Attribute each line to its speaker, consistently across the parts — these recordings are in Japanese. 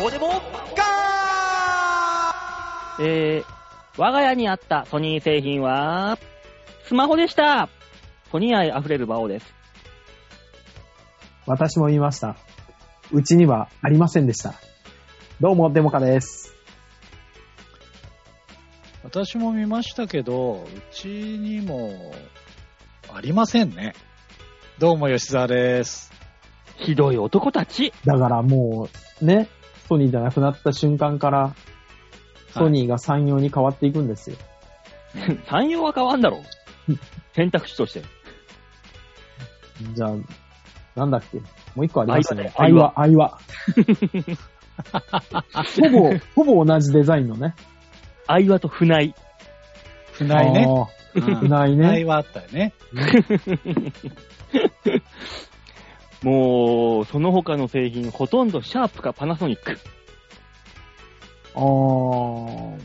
Speaker 1: どうでもガー
Speaker 2: えー、我が家にあったソニー製品は、スマホでしたソニー愛溢れる馬王です。
Speaker 3: 私も言いました。うちにはありませんでした。どうも、デモカです。
Speaker 4: 私も見ましたけど、うちにも、ありませんね。どうも吉沢です。
Speaker 2: ひどい男たち。
Speaker 3: だからもう、ね、ソニーじゃなくなった瞬間から、ソニーが産業に変わっていくんですよ。
Speaker 2: 産業は変わんだろ。選択肢として。
Speaker 3: じゃあ、なんだっけもう一個ありますね。
Speaker 2: 愛
Speaker 3: 愛
Speaker 2: は
Speaker 3: は、愛は。ほぼ、ほぼ同じデザインのね。
Speaker 2: 愛和と船井。
Speaker 4: 不内ね。
Speaker 3: あ
Speaker 4: うん
Speaker 3: ー。不内
Speaker 4: 不内
Speaker 3: ね。
Speaker 4: はあったよね。
Speaker 2: もう、その他の製品、ほとんどシャープかパナソニック。
Speaker 3: あー。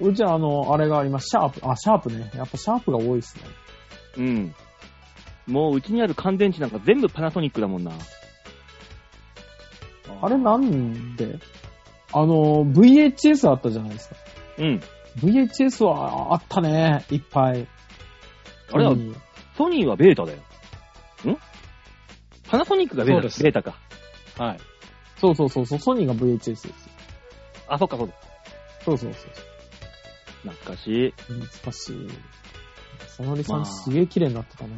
Speaker 3: うちはあの、あれがあります。シャープ。あ、シャープね。やっぱシャープが多いですね。
Speaker 2: うん。もう、うちにある乾電池なんか全部パナソニックだもんな。
Speaker 3: あれなんであの、VHS あったじゃないですか。
Speaker 2: うん。
Speaker 3: VHS はあったね、いっぱい。
Speaker 2: あれは
Speaker 3: ソニー
Speaker 2: ソニーはベータだよ。んパナソニックがベー
Speaker 4: そうで
Speaker 2: タ
Speaker 4: す
Speaker 2: ベータか。
Speaker 4: はい。
Speaker 3: そうそうそうそう、ソニーが VHS です。
Speaker 2: あ、そっかそうだ。
Speaker 3: そうそう
Speaker 2: 懐かしい。
Speaker 3: そう。懐かしい。さのりさ
Speaker 4: ま
Speaker 3: ん
Speaker 4: あ
Speaker 3: すげえ綺麗になってたね。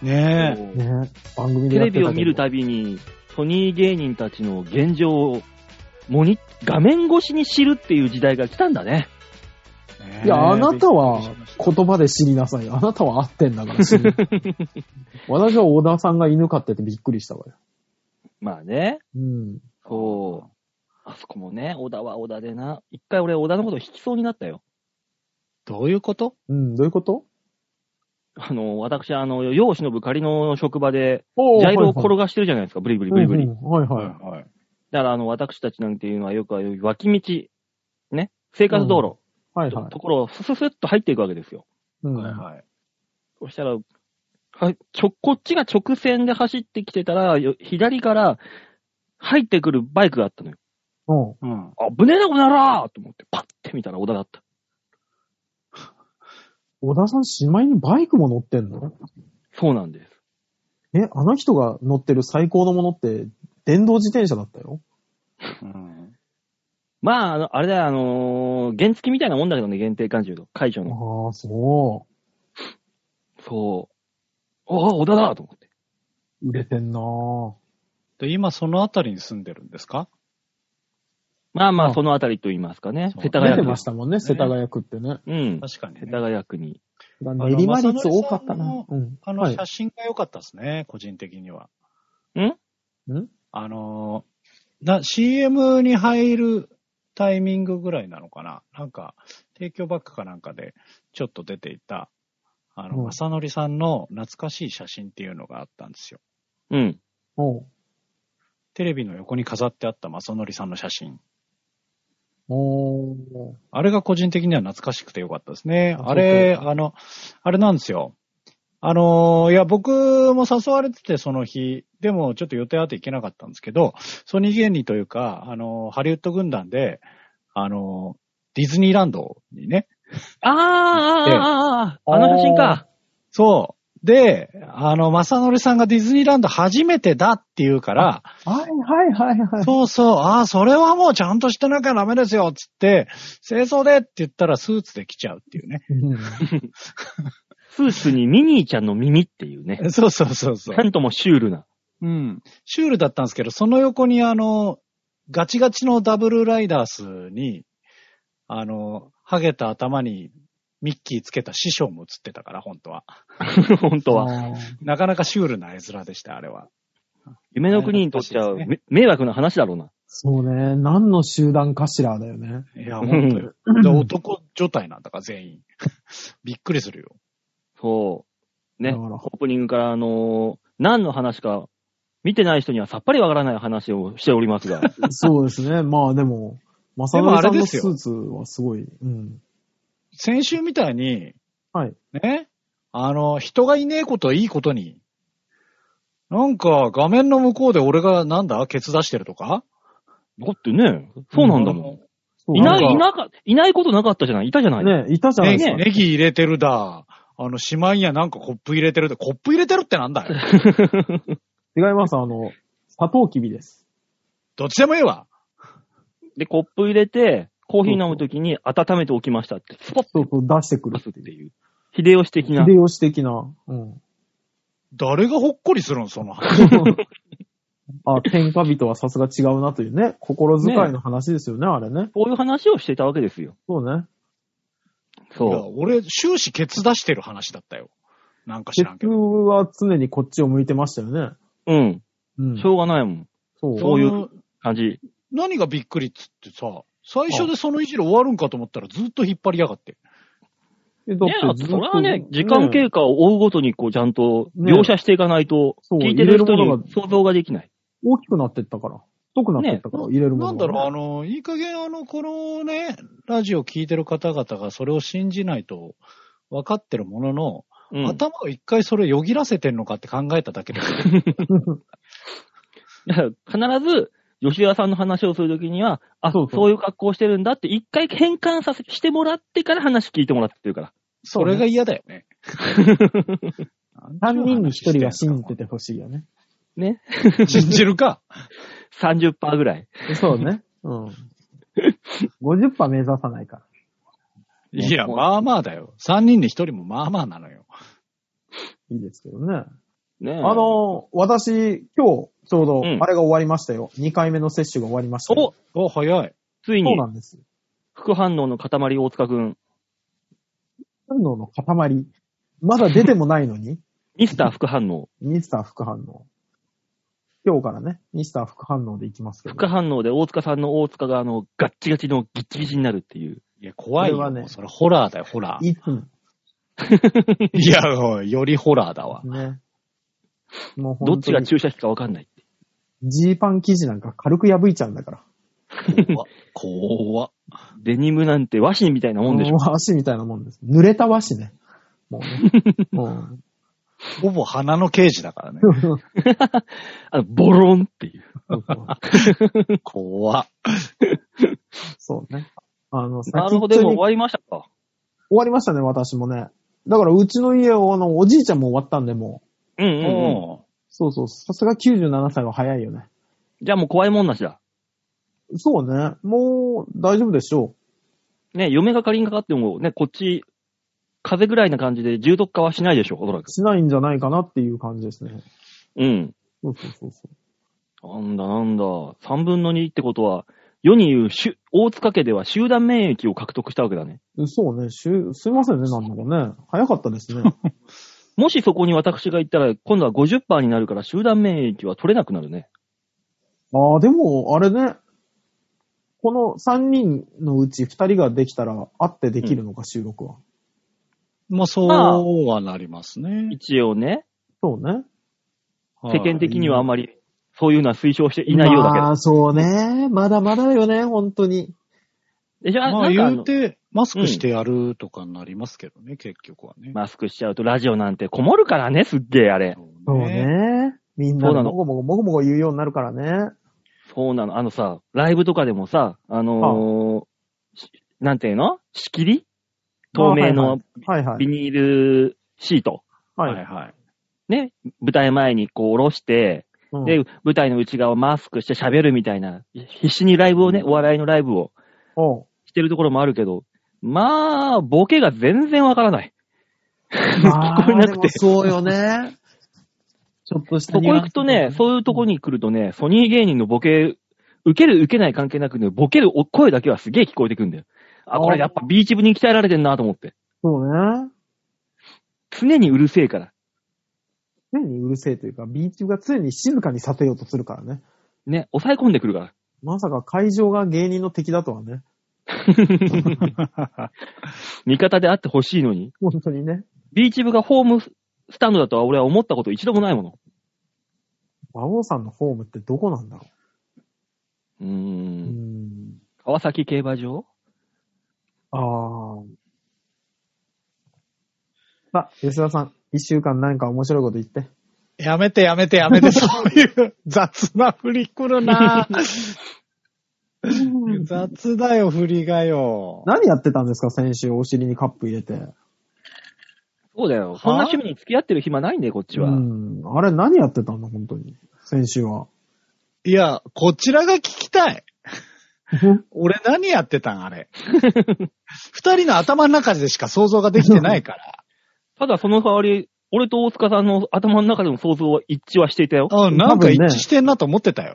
Speaker 4: ねえ。
Speaker 2: そう
Speaker 3: ね番組で
Speaker 2: テ
Speaker 3: やっ
Speaker 2: レ
Speaker 3: てたけど
Speaker 2: ビを見るたびに、ソニー芸人たちの現状を、モニ、画面越しに知るっていう時代が来たんだね。
Speaker 4: ねえ
Speaker 3: いや、あなたは
Speaker 4: びっくりしました
Speaker 3: 言葉で知りなさい。あなたは合ってんだから知る。私は小田さんが犬飼っててびっくりしたわよ。
Speaker 2: まあね。
Speaker 3: うん。
Speaker 2: そう。あそこもね、小田は小田でな。一回俺、小田のこと引きそうになったよ。
Speaker 4: どういうこと
Speaker 3: うん、どういうこと
Speaker 2: あの、私、あの、世を忍ぶ仮の職場で、
Speaker 3: お
Speaker 2: ジャイロを転がしてるじゃないですか、ブリブリブリブリ。
Speaker 3: うんうんはいはい。
Speaker 4: はい。
Speaker 2: だから、あの、私たちなんていうのはよくああいう脇道、ね、生活道路、
Speaker 3: はいはい
Speaker 2: と。ころをスススッと入っていくわけですよ。
Speaker 3: うん
Speaker 4: はいはい。
Speaker 2: そしたら、はちょ、こっちが直線で走ってきてたら、よ左から入ってくるバイクがあったのよ。
Speaker 3: うん
Speaker 4: うん。
Speaker 2: あ、ぶねえな、この野郎と思って、パッて見たら小田だった。
Speaker 3: 小田さん、しまいにバイクも乗ってんの
Speaker 2: そうなんです。
Speaker 3: え、あの人が乗ってる最高のものって、電動自転車だったよ。
Speaker 4: うん
Speaker 2: まああの、あれだよ、あのー原付みたいなもんだけどね、限定感の解除の。
Speaker 3: ああ、そ
Speaker 2: そう。ああ、小田だと思って。
Speaker 3: う。売れてんなぁ。
Speaker 4: で今そのあたりに住んでるんですか
Speaker 2: まあまあ、
Speaker 3: あ
Speaker 2: そのあたりと言いますかね。
Speaker 4: そう
Speaker 2: 世田
Speaker 3: 出
Speaker 2: 谷
Speaker 3: て
Speaker 2: 区。
Speaker 3: ましたもんね、世田谷区ってね。
Speaker 2: うん。
Speaker 4: 確かに
Speaker 2: 世
Speaker 4: ね
Speaker 2: 田。谷区に。
Speaker 3: 練馬率多かったな
Speaker 4: 正則。
Speaker 3: うん。
Speaker 4: あ
Speaker 3: は
Speaker 4: の
Speaker 3: い
Speaker 4: 写真が良かったですね、個人的には。
Speaker 3: ん
Speaker 4: あのーな、CM に入るタイミングぐらいなのかななんか、提供バックかなんかでちょっと出ていた、あの、
Speaker 3: うん
Speaker 4: 正則さんの懐かしい写真っていうのがあったんですよ。
Speaker 2: うん。
Speaker 3: おう
Speaker 4: テレビの横に飾ってあった正則さんの写真。
Speaker 3: おー
Speaker 4: あれが個人的には懐かしくてよかったですね。
Speaker 3: あ
Speaker 4: あれ、あの、あれなんですよ。あのーいや、僕も誘われてて、その日。でも、ちょっと予定あって行けなかったんですけど、ソニー芸人というか、あのーハリウッド軍団で、あのーディズニーランドにね。
Speaker 2: あー
Speaker 4: ええ
Speaker 2: あー、あーあー、あの写真か。
Speaker 4: そう。で、あの、まさのりさんがディズニーランド初めてだって言うから、
Speaker 3: はいはいはいはい。
Speaker 4: そうそう、ああ、それはもうちゃんとしてなきゃダメですよ、つって、清掃でって言ったらスーツで来ちゃうってい うね。
Speaker 3: うん
Speaker 2: スーツにミニーちゃんの耳っていうね。
Speaker 4: そうそうそうそう
Speaker 2: な。んともシュールな。
Speaker 4: うん。シュールだったんですけど、その横にあの、ガチガチのダブルライダースに、あの、ハゲた頭にミッキーつけた師匠も映ってたから、本当は。
Speaker 2: 本当は。
Speaker 3: あー
Speaker 4: なかなかシュールな絵面でした、あれは。
Speaker 2: 夢の国にとっちゃ
Speaker 4: 懐かしいで
Speaker 2: め
Speaker 4: す
Speaker 2: 迷惑な話だろうな。
Speaker 3: そうね。何の集団かしらだよね。
Speaker 4: いや、本当よ。で男女体なんだから、全員。 びっくりするよ。
Speaker 2: そう。ね。
Speaker 3: だか
Speaker 2: オ
Speaker 3: ら
Speaker 2: ープニングから、あのー何の話か、見てない人にはさっぱりわからない話をしておりますが。
Speaker 3: そうですね。まあでも、まさ
Speaker 4: でもあ
Speaker 3: さ
Speaker 4: れ
Speaker 3: んの
Speaker 4: です
Speaker 3: ス
Speaker 4: よ
Speaker 3: ーツはすごい。うん。
Speaker 4: 先週みたいに、
Speaker 3: はい。
Speaker 4: ね、あの、人がいねえことをいいことに、なんか、画面の向こうで俺がなんだケツ出してるとか
Speaker 2: だってね、そうなんだもん。いない、いなか、いないことなかったじゃないいたじゃない、
Speaker 3: ね、いたじゃない
Speaker 4: ネ
Speaker 3: です
Speaker 4: ギ
Speaker 3: か。
Speaker 4: ネギ入れてるだ。あの、しまいやなんかコップ入れてるだ。コップ入れてるってなんだよ。
Speaker 3: 違います、あの、サトウキビです。
Speaker 4: どっちでもいいわ。
Speaker 2: で、コップ入れて、コーヒー飲むときに温めておきましたって、スポッ
Speaker 3: そうそう、出してくる
Speaker 2: 出す
Speaker 3: っ
Speaker 2: ってて
Speaker 3: いう。
Speaker 2: いう。秀吉的な。
Speaker 3: 秀吉的な。うん。
Speaker 4: 誰がほっこりするのその話。
Speaker 3: あ、天下人はさすが違うなというね、心遣いの話ですよね、あれね。
Speaker 2: こういう話をしてたわけですよ。
Speaker 3: そうね。
Speaker 4: いや
Speaker 2: そ
Speaker 4: 俺、終始ケツ出してる話だったよ。なんか知
Speaker 3: 結
Speaker 4: らんけど。
Speaker 3: 局は常にこっちを向いてましたよね。
Speaker 2: う。うん。
Speaker 3: うん。
Speaker 2: しょうがないもん。
Speaker 3: そう。
Speaker 2: そういう
Speaker 4: あの
Speaker 2: 感じ。
Speaker 4: 何がびっくりっつってさ、最初でそのいじり終わるんかと思ったらずっと引っ張りやがって。
Speaker 3: えだ
Speaker 2: ね
Speaker 3: っ
Speaker 2: え
Speaker 3: てずっ
Speaker 2: そ
Speaker 3: と
Speaker 2: れはね、時間経過を追うごとに、こう、ちゃんと
Speaker 3: ね
Speaker 2: 描写していかないと、
Speaker 3: そう
Speaker 2: 聞いてる人
Speaker 3: 入れるもの
Speaker 2: に想像ができない。
Speaker 3: 大きくなってったから。太くなってったから、入れるもの
Speaker 4: なんだろう、あの、いい加減あの、このね、ラジオ聞いてる方々がそれを信じないと分かってるものの、
Speaker 2: うん。
Speaker 4: 頭を一回それをよぎらせてんのかって考えただけです。
Speaker 2: だから必ず、吉田さんの話をするときには、あ、
Speaker 3: そ
Speaker 2: そうう
Speaker 3: そう
Speaker 2: いう格好してるんだって、一回変換させ、してもらってから話聞いてもらってるから。
Speaker 4: それが嫌だよね。
Speaker 3: 3人に1人が信じててほしいよね。
Speaker 2: ね。
Speaker 4: て。信じるか。
Speaker 2: 30%ぐらい。
Speaker 3: そうね。うん。50%目指さないから。
Speaker 2: ね
Speaker 4: いや、
Speaker 2: もう
Speaker 4: まあまあだよ。3人に1人もまあまあなのよ。
Speaker 3: いいですけどね。
Speaker 2: ねえ
Speaker 3: あ、の、私、今日、ちょうど
Speaker 2: うん、
Speaker 3: あれが終わりましたよ。2回目の接種が終わりましたよ。
Speaker 2: お
Speaker 4: お、早い。
Speaker 2: つい
Speaker 3: そう
Speaker 2: に、
Speaker 3: なんです。
Speaker 2: 副反応の塊大塚くん、
Speaker 3: 反応の塊。まだ出てもないのに、
Speaker 2: ミスター副反応、
Speaker 3: ミスター副反応。今日からね、ミスター副反応でいきますけど。
Speaker 2: 副反応で大塚さんの大塚が、あの、ガッチガチのギッチギチになるっていう。
Speaker 4: いや、怖い
Speaker 3: それは
Speaker 4: よ。
Speaker 3: ね
Speaker 4: もうそれホラーだよ、ホラー。
Speaker 3: いつも
Speaker 4: いや、おいよりホラーだわ。
Speaker 3: ね。もう
Speaker 2: ど
Speaker 3: 本
Speaker 2: っち
Speaker 3: 当
Speaker 2: が
Speaker 3: に
Speaker 2: 注射器かわかんない。
Speaker 3: ジーパン生地なんか軽く破いちゃうんだから。
Speaker 4: 怖っ怖っ
Speaker 2: デニムなんて和紙みたいなもんでしょ。
Speaker 3: もう足みたいなもんです。濡れた和紙ね。も うね。うん
Speaker 4: ほぼ鼻の刑事だからね。
Speaker 2: あの、ボロンっていう。
Speaker 3: そうそう
Speaker 4: 怖っ
Speaker 3: そうね。あの、先
Speaker 2: な
Speaker 3: っち
Speaker 2: る
Speaker 3: ょ
Speaker 2: ほど、で
Speaker 3: に
Speaker 2: も終
Speaker 3: 終
Speaker 2: わりましたか。
Speaker 3: わりましたね、私もね。だから、うちの家を、あの、おじいちゃんも終わったんで、もう。
Speaker 2: うんうん、うん。
Speaker 4: お
Speaker 3: そうそう、さすが97歳は早いよね。
Speaker 2: じゃあもう怖いもんなしだ。
Speaker 3: そうね。もう、大丈夫でしょ
Speaker 2: ね、嫁が仮にかかっても、ね、こっち、風邪ぐらいな感じで重篤化はしないでしょ、おそらく
Speaker 3: う。。しないんじゃないかなっていう感じですね。
Speaker 2: うん。
Speaker 3: そうそうそうそう。
Speaker 2: なんだなんだ。三分の二ってことは、世に言うしゅ、大塚家では集団免疫を獲得したわけだね。
Speaker 3: そうね、しゅ、すいませんね、なんだかね。早かったですね。
Speaker 2: もしそこに私が行ったら、今度は50%になるから集団免疫は取れなくなるね。
Speaker 3: ああ、でも、あれね。この3人のうち2人ができたら、会ってできるのか、収録は。
Speaker 4: まあ、そうはなりますね。
Speaker 2: 一応ね、
Speaker 3: そうね。
Speaker 2: 世間的にはあ
Speaker 4: ま
Speaker 2: まり、そういうのは推奨していないようだけど
Speaker 3: ま。あ、そうね。まだまだよね、本当に。
Speaker 2: でしょ、あ
Speaker 4: まあ、
Speaker 2: なんかあ
Speaker 4: 言う
Speaker 2: の、
Speaker 4: て、マスクしてやるとかになりますけどね、結局はね。
Speaker 2: マスクしちゃうとラジオなんてこもるからね、すっげえあれ。
Speaker 3: そうね。みんな
Speaker 2: そう
Speaker 3: で
Speaker 2: なの
Speaker 3: もごもごもごもご言うようになるからね。
Speaker 2: そうなの。あのさ、ライブとかでもさ、あのーしなんていうの仕切り透明の
Speaker 3: はいはい。
Speaker 2: ビニールシート。
Speaker 3: はい
Speaker 4: はいはい。
Speaker 2: ね。舞台前にこう下ろして、
Speaker 3: うん
Speaker 2: で、舞台の内側をマスクして喋るみたいな、必死にライブをね、お笑いのライブを
Speaker 3: おう
Speaker 2: してるところもあるけど、まあ、ボケが全然わからない。 聞こえなく
Speaker 3: あーで
Speaker 2: て
Speaker 3: も。そう よね。ちょっとした
Speaker 2: そこ行くとね、そういうとこに来るとね、ソニー芸人のボケ、受ける受けない関係なくね、ボケるお声だけはすげえ聞こえてくんだよ。あ、これやっぱビーチ部に鍛えられてんなと思って。
Speaker 3: そうね。
Speaker 2: 常にうるせえから。
Speaker 3: 常にうるせえというか、ビーチ部が常に静かにさせようとするからね。
Speaker 2: ね、抑え込んでくるから。
Speaker 3: まさか会場が芸人の敵だとはね。
Speaker 2: 味方であってほしいのに。
Speaker 3: 本当にね。
Speaker 2: ビーチ部がホームスタンドだとは俺は思ったこと一度もないもの。
Speaker 3: 馬王さんのホームってどこなんだろ
Speaker 2: うー。
Speaker 3: う。うんん。
Speaker 2: 川崎競馬場
Speaker 3: ああ。さあ、吉田さん、一週間何か面白いこと言って。
Speaker 4: やめてやめてやめて、そういう雑な振り来る な雑だよ、振りがよ。
Speaker 3: 何やってたんですか先週お尻にカップ入れて。
Speaker 2: そうだよ。そんな趣味に付き合ってる暇ないんだよ、こっちは。
Speaker 3: うん。あれ何やってたんだ、本当に。先週は。
Speaker 4: いや、こちらが聞きた い。俺何やってたんあれ。二人の頭の中でしか想像ができてないから。
Speaker 2: ただその代わり、俺と大塚さんの頭の中での想像は一致はしていた よ。
Speaker 4: うん、なん か
Speaker 3: 多分
Speaker 4: 一
Speaker 3: ね
Speaker 4: 致してんなと思ってた よ。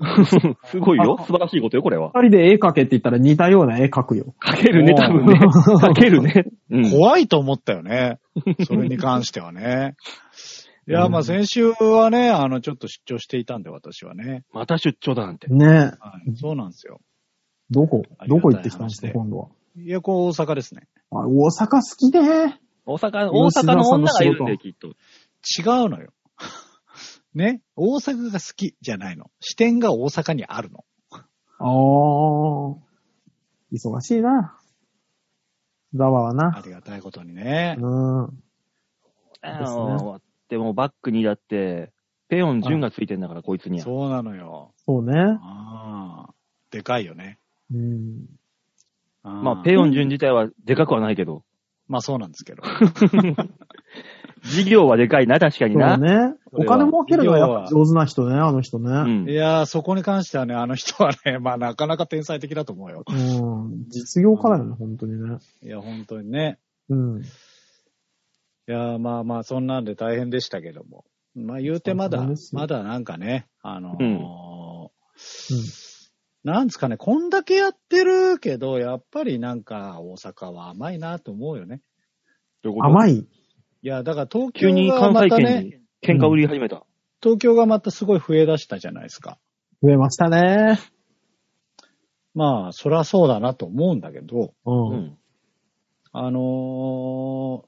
Speaker 2: すごいよ
Speaker 3: あ。
Speaker 2: 素晴らしいことよ、これは。
Speaker 3: 二人で絵描けって言ったら似たような絵描くよ。
Speaker 2: 書けるね、
Speaker 4: おー
Speaker 2: 多分ね。 書けるね。うん。
Speaker 4: 怖いと思ったよね。それに関して はね。いや、まあ先週はね、あの、ちょっと出張していたんで、私はね。
Speaker 2: また出張だなんて。
Speaker 3: ねえ。
Speaker 4: はい、そうなんですよ。
Speaker 3: どこ
Speaker 4: ありがたい
Speaker 3: どこ行ってきたんですか、
Speaker 4: 話で
Speaker 3: 今度は。
Speaker 4: いや、こう大阪ですね。
Speaker 3: あ、大阪好きね。
Speaker 2: 大阪、大阪の女がいるんだよ、きっと。
Speaker 4: 違うのよ。 ね。大阪が好きじゃないの。視点が大阪にあるの。
Speaker 3: あー。忙しいな。ざわは
Speaker 4: あ
Speaker 3: な。
Speaker 4: りがたいことにね。
Speaker 3: うん。
Speaker 2: あのでもバックにだって、ペヨン順がついてんだから、こいつには。
Speaker 4: そうなのよ。
Speaker 3: そうね。
Speaker 4: ああ。でかいよね。
Speaker 3: うん。
Speaker 2: ま
Speaker 4: ま
Speaker 2: あ、ペヨン順自体はでかくはないけど。
Speaker 4: まあそうなんですけど。
Speaker 2: 事業はでかいな、確かに
Speaker 3: そう
Speaker 2: な。
Speaker 3: ね。
Speaker 4: それは
Speaker 3: お金儲けるのはやっぱ上手な人ね、あの人
Speaker 2: う
Speaker 3: ね。
Speaker 2: ん
Speaker 4: い。やー、そこに関してはね、あの人はね、まあなかなか天才的だと思うよ。
Speaker 3: うん。実業家だよね、本当にね。
Speaker 4: いや、本当にね。
Speaker 3: うん。
Speaker 4: いやー、まあまあ、そんなんで大変でしたけども。まあ言うてまだ
Speaker 3: そうです、よ
Speaker 4: まだなんかね、あのー
Speaker 2: う
Speaker 4: なんですかね、こんだけやってるけど、やっぱりなんか大阪は甘いなと思うよね。
Speaker 3: 甘
Speaker 2: い。
Speaker 3: い。
Speaker 4: いや、だから東
Speaker 2: 急
Speaker 4: 京
Speaker 2: に
Speaker 4: が
Speaker 2: 関
Speaker 4: ま
Speaker 2: 西
Speaker 4: た
Speaker 2: 圏
Speaker 4: ね
Speaker 2: に、喧嘩売り始めた。
Speaker 4: 東京がまたすごい増え出したじゃないですか。
Speaker 3: 増えましたね。
Speaker 4: まあ、そらそうだなと思うんだけど、
Speaker 3: う。
Speaker 2: うんん。
Speaker 4: あのー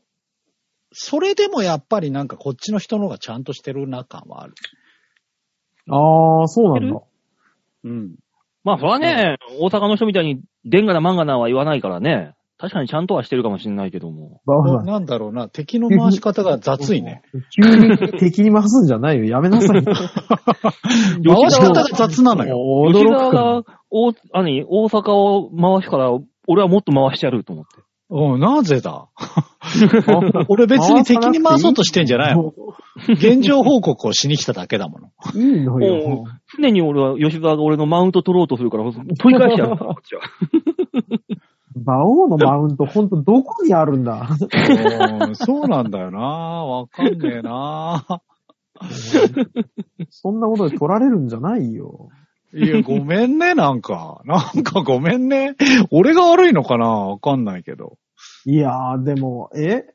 Speaker 4: それでもやっぱりなんかこっちの人の方がちゃんとしてるな感はある。
Speaker 3: ああ、そうなん
Speaker 2: い
Speaker 3: だ。
Speaker 4: うん。
Speaker 2: まあ、そらね、大阪の人みたいに、でんがなまんがなは言わないからね。確かにちゃんとはしてるかもしれないけども。
Speaker 3: バ
Speaker 4: な
Speaker 3: バ
Speaker 4: なんだろうな、敵の回し方が雑いね。
Speaker 3: 急に敵に回すんじゃないよ。やめなさい。
Speaker 2: 吉
Speaker 4: 回し
Speaker 2: 沢
Speaker 4: 方
Speaker 2: が
Speaker 4: が雑なのよ。
Speaker 3: 驚
Speaker 2: 吉
Speaker 3: く
Speaker 2: 沢
Speaker 3: から。
Speaker 2: が、大、あに、大阪を回すから、俺はもっと回してやると思って。
Speaker 4: うん、なぜ だ俺別に敵に回そうとしてんじゃないの。現状報告をしに来ただけだもの。
Speaker 3: いいのよ。
Speaker 2: 常に俺は、吉沢が俺のマウント取ろうとするから、取り返してやるから、こっちは。
Speaker 3: 馬王のマウント、ほんとどこにあるんだ。
Speaker 4: うんそうなんだよなわかんねえな
Speaker 3: そんなことで取られるんじゃないよ。
Speaker 4: いや、ごめんね、なんか。なんかごめんね。俺が悪いのかなわかんないけど。
Speaker 3: いやー、でも、え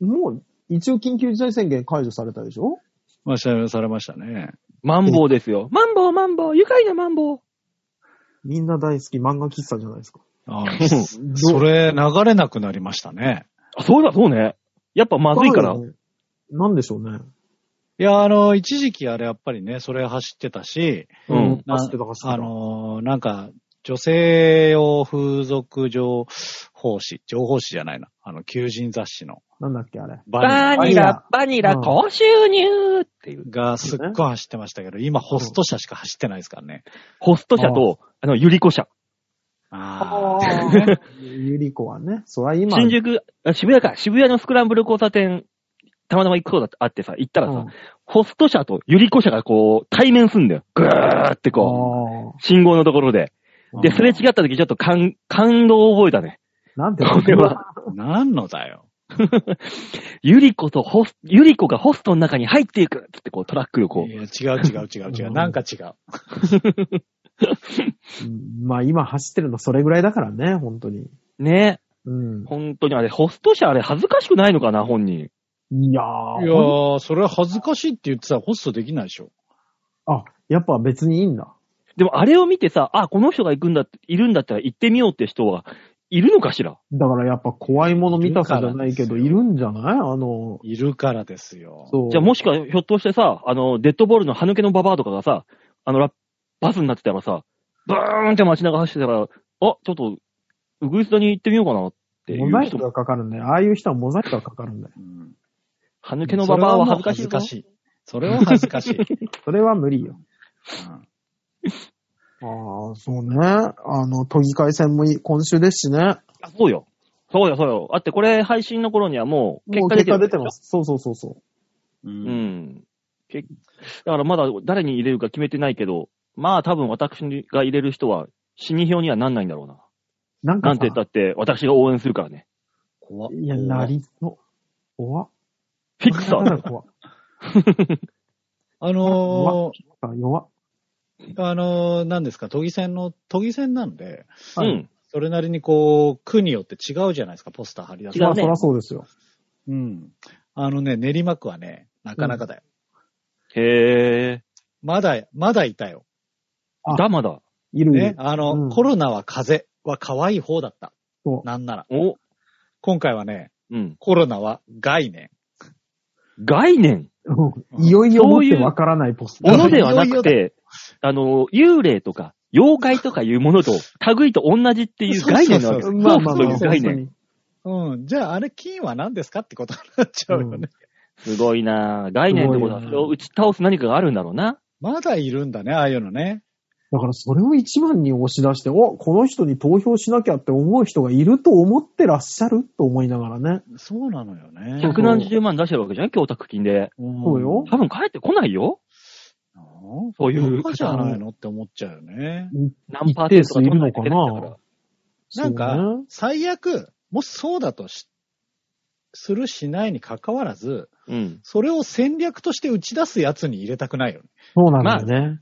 Speaker 3: もう、一応緊急事態宣言解除されたでしょ
Speaker 4: まあ、謝罪されましたね。
Speaker 2: マンボウですよ。 マンボウ、マンボウ、愉快なマンボウ。
Speaker 3: みんな大好き漫画喫茶じゃないですか。
Speaker 4: あそれ、流れなくなりましたね。
Speaker 2: あ、そうだ、そうね。やっぱまずいから。
Speaker 3: なんでしょうね。
Speaker 4: いや、あの、一時期あれ、やっぱりね、それ走ってたし、
Speaker 2: うん。
Speaker 4: な
Speaker 3: 走ってた走ってた
Speaker 4: あのー、なんか、女性用風俗情報誌、情報誌じゃないな。あの、求人雑誌の
Speaker 3: なんだっけ、あれ。
Speaker 4: バニ
Speaker 3: ニラ、
Speaker 2: バニ
Speaker 3: ラ
Speaker 2: 高収入っていう。
Speaker 4: ラがすっごい走ってましたけど、今、ホスト車しか走ってないですからね。
Speaker 2: ホスト社と、あの、ゆりこ社。
Speaker 4: ああ。
Speaker 3: ゆりこはね、そら今。
Speaker 2: 新宿、あ渋谷か、渋谷のスクランブル交差点、たまたま行くことがあってさ、行ったらさ、
Speaker 3: うん
Speaker 2: ホスト社とゆりこ社がこう、対面すんだよ。ぐーってこ
Speaker 3: あ
Speaker 2: う、信号のところで。
Speaker 3: ー
Speaker 2: で、すれ違った時ちょっと感、感動を覚えたね。
Speaker 3: なんて
Speaker 2: これは、
Speaker 4: なんのだよ。
Speaker 2: ゆりことホス、ゆりこがホストの中に入っていくつってこう、トラックをこ、
Speaker 4: いうや、違う違う違う違う。なんか違う。
Speaker 3: うんまあ今走ってるのそれぐらいだからね、本当に。
Speaker 2: ね。
Speaker 3: うん。
Speaker 2: 本当にあれ、ホスト社あれ恥ずかしくないのかな、本人。
Speaker 3: いや
Speaker 4: い
Speaker 3: ー。
Speaker 4: や
Speaker 3: ほん
Speaker 4: ー、それは恥ずかしいって言ってたらホストできないでしょ。
Speaker 3: あ、やっぱ別にいいんだ。
Speaker 2: でもあれを見てさ、あ、この人が行くんだ、いるんだったら行ってみようって人はいるのかしら
Speaker 3: だからやっぱ怖いもの見たさじゃないけど、
Speaker 4: い
Speaker 3: い
Speaker 4: る
Speaker 3: るんじゃないあの、
Speaker 4: いるからですよ。
Speaker 3: そう。
Speaker 2: じゃあもしか、ひょっとしてさ、あの、デッドボールの歯抜けのババアとかがさ、あの、ラバスになってたらさ、ブーンって街中走ってたら、あ、ちょっと、ウグイスダに行ってみようかなってい
Speaker 3: モザ
Speaker 2: う
Speaker 3: イク
Speaker 2: 人
Speaker 3: がかかるんだよ。ああいう人はモザイクがかかるんだよ。
Speaker 4: うん
Speaker 2: 歯抜けのババアは恥ずかしい
Speaker 4: それはもう恥ずかしい。それは恥ずかしい。
Speaker 3: それは無理よ。
Speaker 4: うん
Speaker 3: ああ、そうね。あの、都議会選もい今週ですしね。
Speaker 2: あそうよ。そうよ、そうよ。あって、これ配信の頃にはもう結
Speaker 3: もう
Speaker 2: 果出
Speaker 3: 結
Speaker 2: てる
Speaker 3: 果出てます。そうそうそうそ
Speaker 2: う
Speaker 3: う。
Speaker 4: う
Speaker 2: んん。けだからまだ誰に入れるか決めてないけど、まあ多分私が入れる人は死に票にはなんないんだろうな。
Speaker 3: なん
Speaker 2: な
Speaker 3: か
Speaker 2: んて言った
Speaker 3: さ、
Speaker 2: って私が応援するからね。
Speaker 4: 怖っ
Speaker 3: いや、なりの、怖っ。
Speaker 2: フィクサーだ
Speaker 3: だ
Speaker 2: よ。
Speaker 3: 怖っ。
Speaker 4: あの
Speaker 3: あ弱っ。
Speaker 4: ー、あのー、何ですか、都議選の、都議選なんで、
Speaker 2: う
Speaker 3: はい
Speaker 2: ん。
Speaker 4: それなりにこう、区によって違うじゃないですか、ポスター貼り出す。
Speaker 2: 違うね
Speaker 3: まあ、そらそうですよ。
Speaker 4: うん。あのね、練馬区はね、なかなかだよ。
Speaker 2: へえ。
Speaker 4: まだ、まだいたよ。
Speaker 3: あ
Speaker 2: だまだ。
Speaker 3: いるいる。
Speaker 4: ね、あの、
Speaker 3: うん
Speaker 4: コロナは風邪は可愛い方だった。
Speaker 3: そう
Speaker 4: なんなら。
Speaker 2: お
Speaker 4: 今回はね、
Speaker 2: うん。
Speaker 4: コロナは概念。
Speaker 2: 概念
Speaker 3: うんいよいよ持ってわからないポスタ
Speaker 2: も
Speaker 3: ー。
Speaker 2: のではなく
Speaker 4: いよい
Speaker 2: て、あの、幽霊とか、妖怪とかいうものと、類と同じっていう概念なわけで
Speaker 4: そ
Speaker 2: す。
Speaker 4: う
Speaker 3: まあまあ
Speaker 2: そう
Speaker 3: ま
Speaker 2: い
Speaker 3: あ、
Speaker 2: う概念。
Speaker 4: うん。じゃあ、あれ、金は何ですかってことになっちゃうよね。
Speaker 3: う
Speaker 2: すごいなぁ概念ってことは、
Speaker 3: す
Speaker 2: そ
Speaker 3: ごいなぁ
Speaker 2: れを打ち倒す何かがあるんだろうな。
Speaker 4: まだいるんだね、ああいうのね。
Speaker 3: だからそれを一番に押し出して、お、この人に投票しなきゃって思う人がいると思ってらっしゃると思いながらね。
Speaker 4: そうなのよね。
Speaker 2: 百何十万出してるわけじゃん供託金で。
Speaker 4: うん
Speaker 3: そうよ
Speaker 2: 多分帰ってこないよ。
Speaker 4: うん
Speaker 2: そういう
Speaker 4: バカじゃないのって思っちゃうよね。
Speaker 2: 何パーセントが取られてるんだ
Speaker 3: 一定数いる
Speaker 2: か
Speaker 3: の
Speaker 2: ら。
Speaker 4: なんか
Speaker 3: そうね、
Speaker 4: 最悪、もしそうだとし、するしないに関わらず、
Speaker 2: うん。
Speaker 4: それを戦略として打ち出すやつに入れたくないよね。
Speaker 3: そうなんだよね。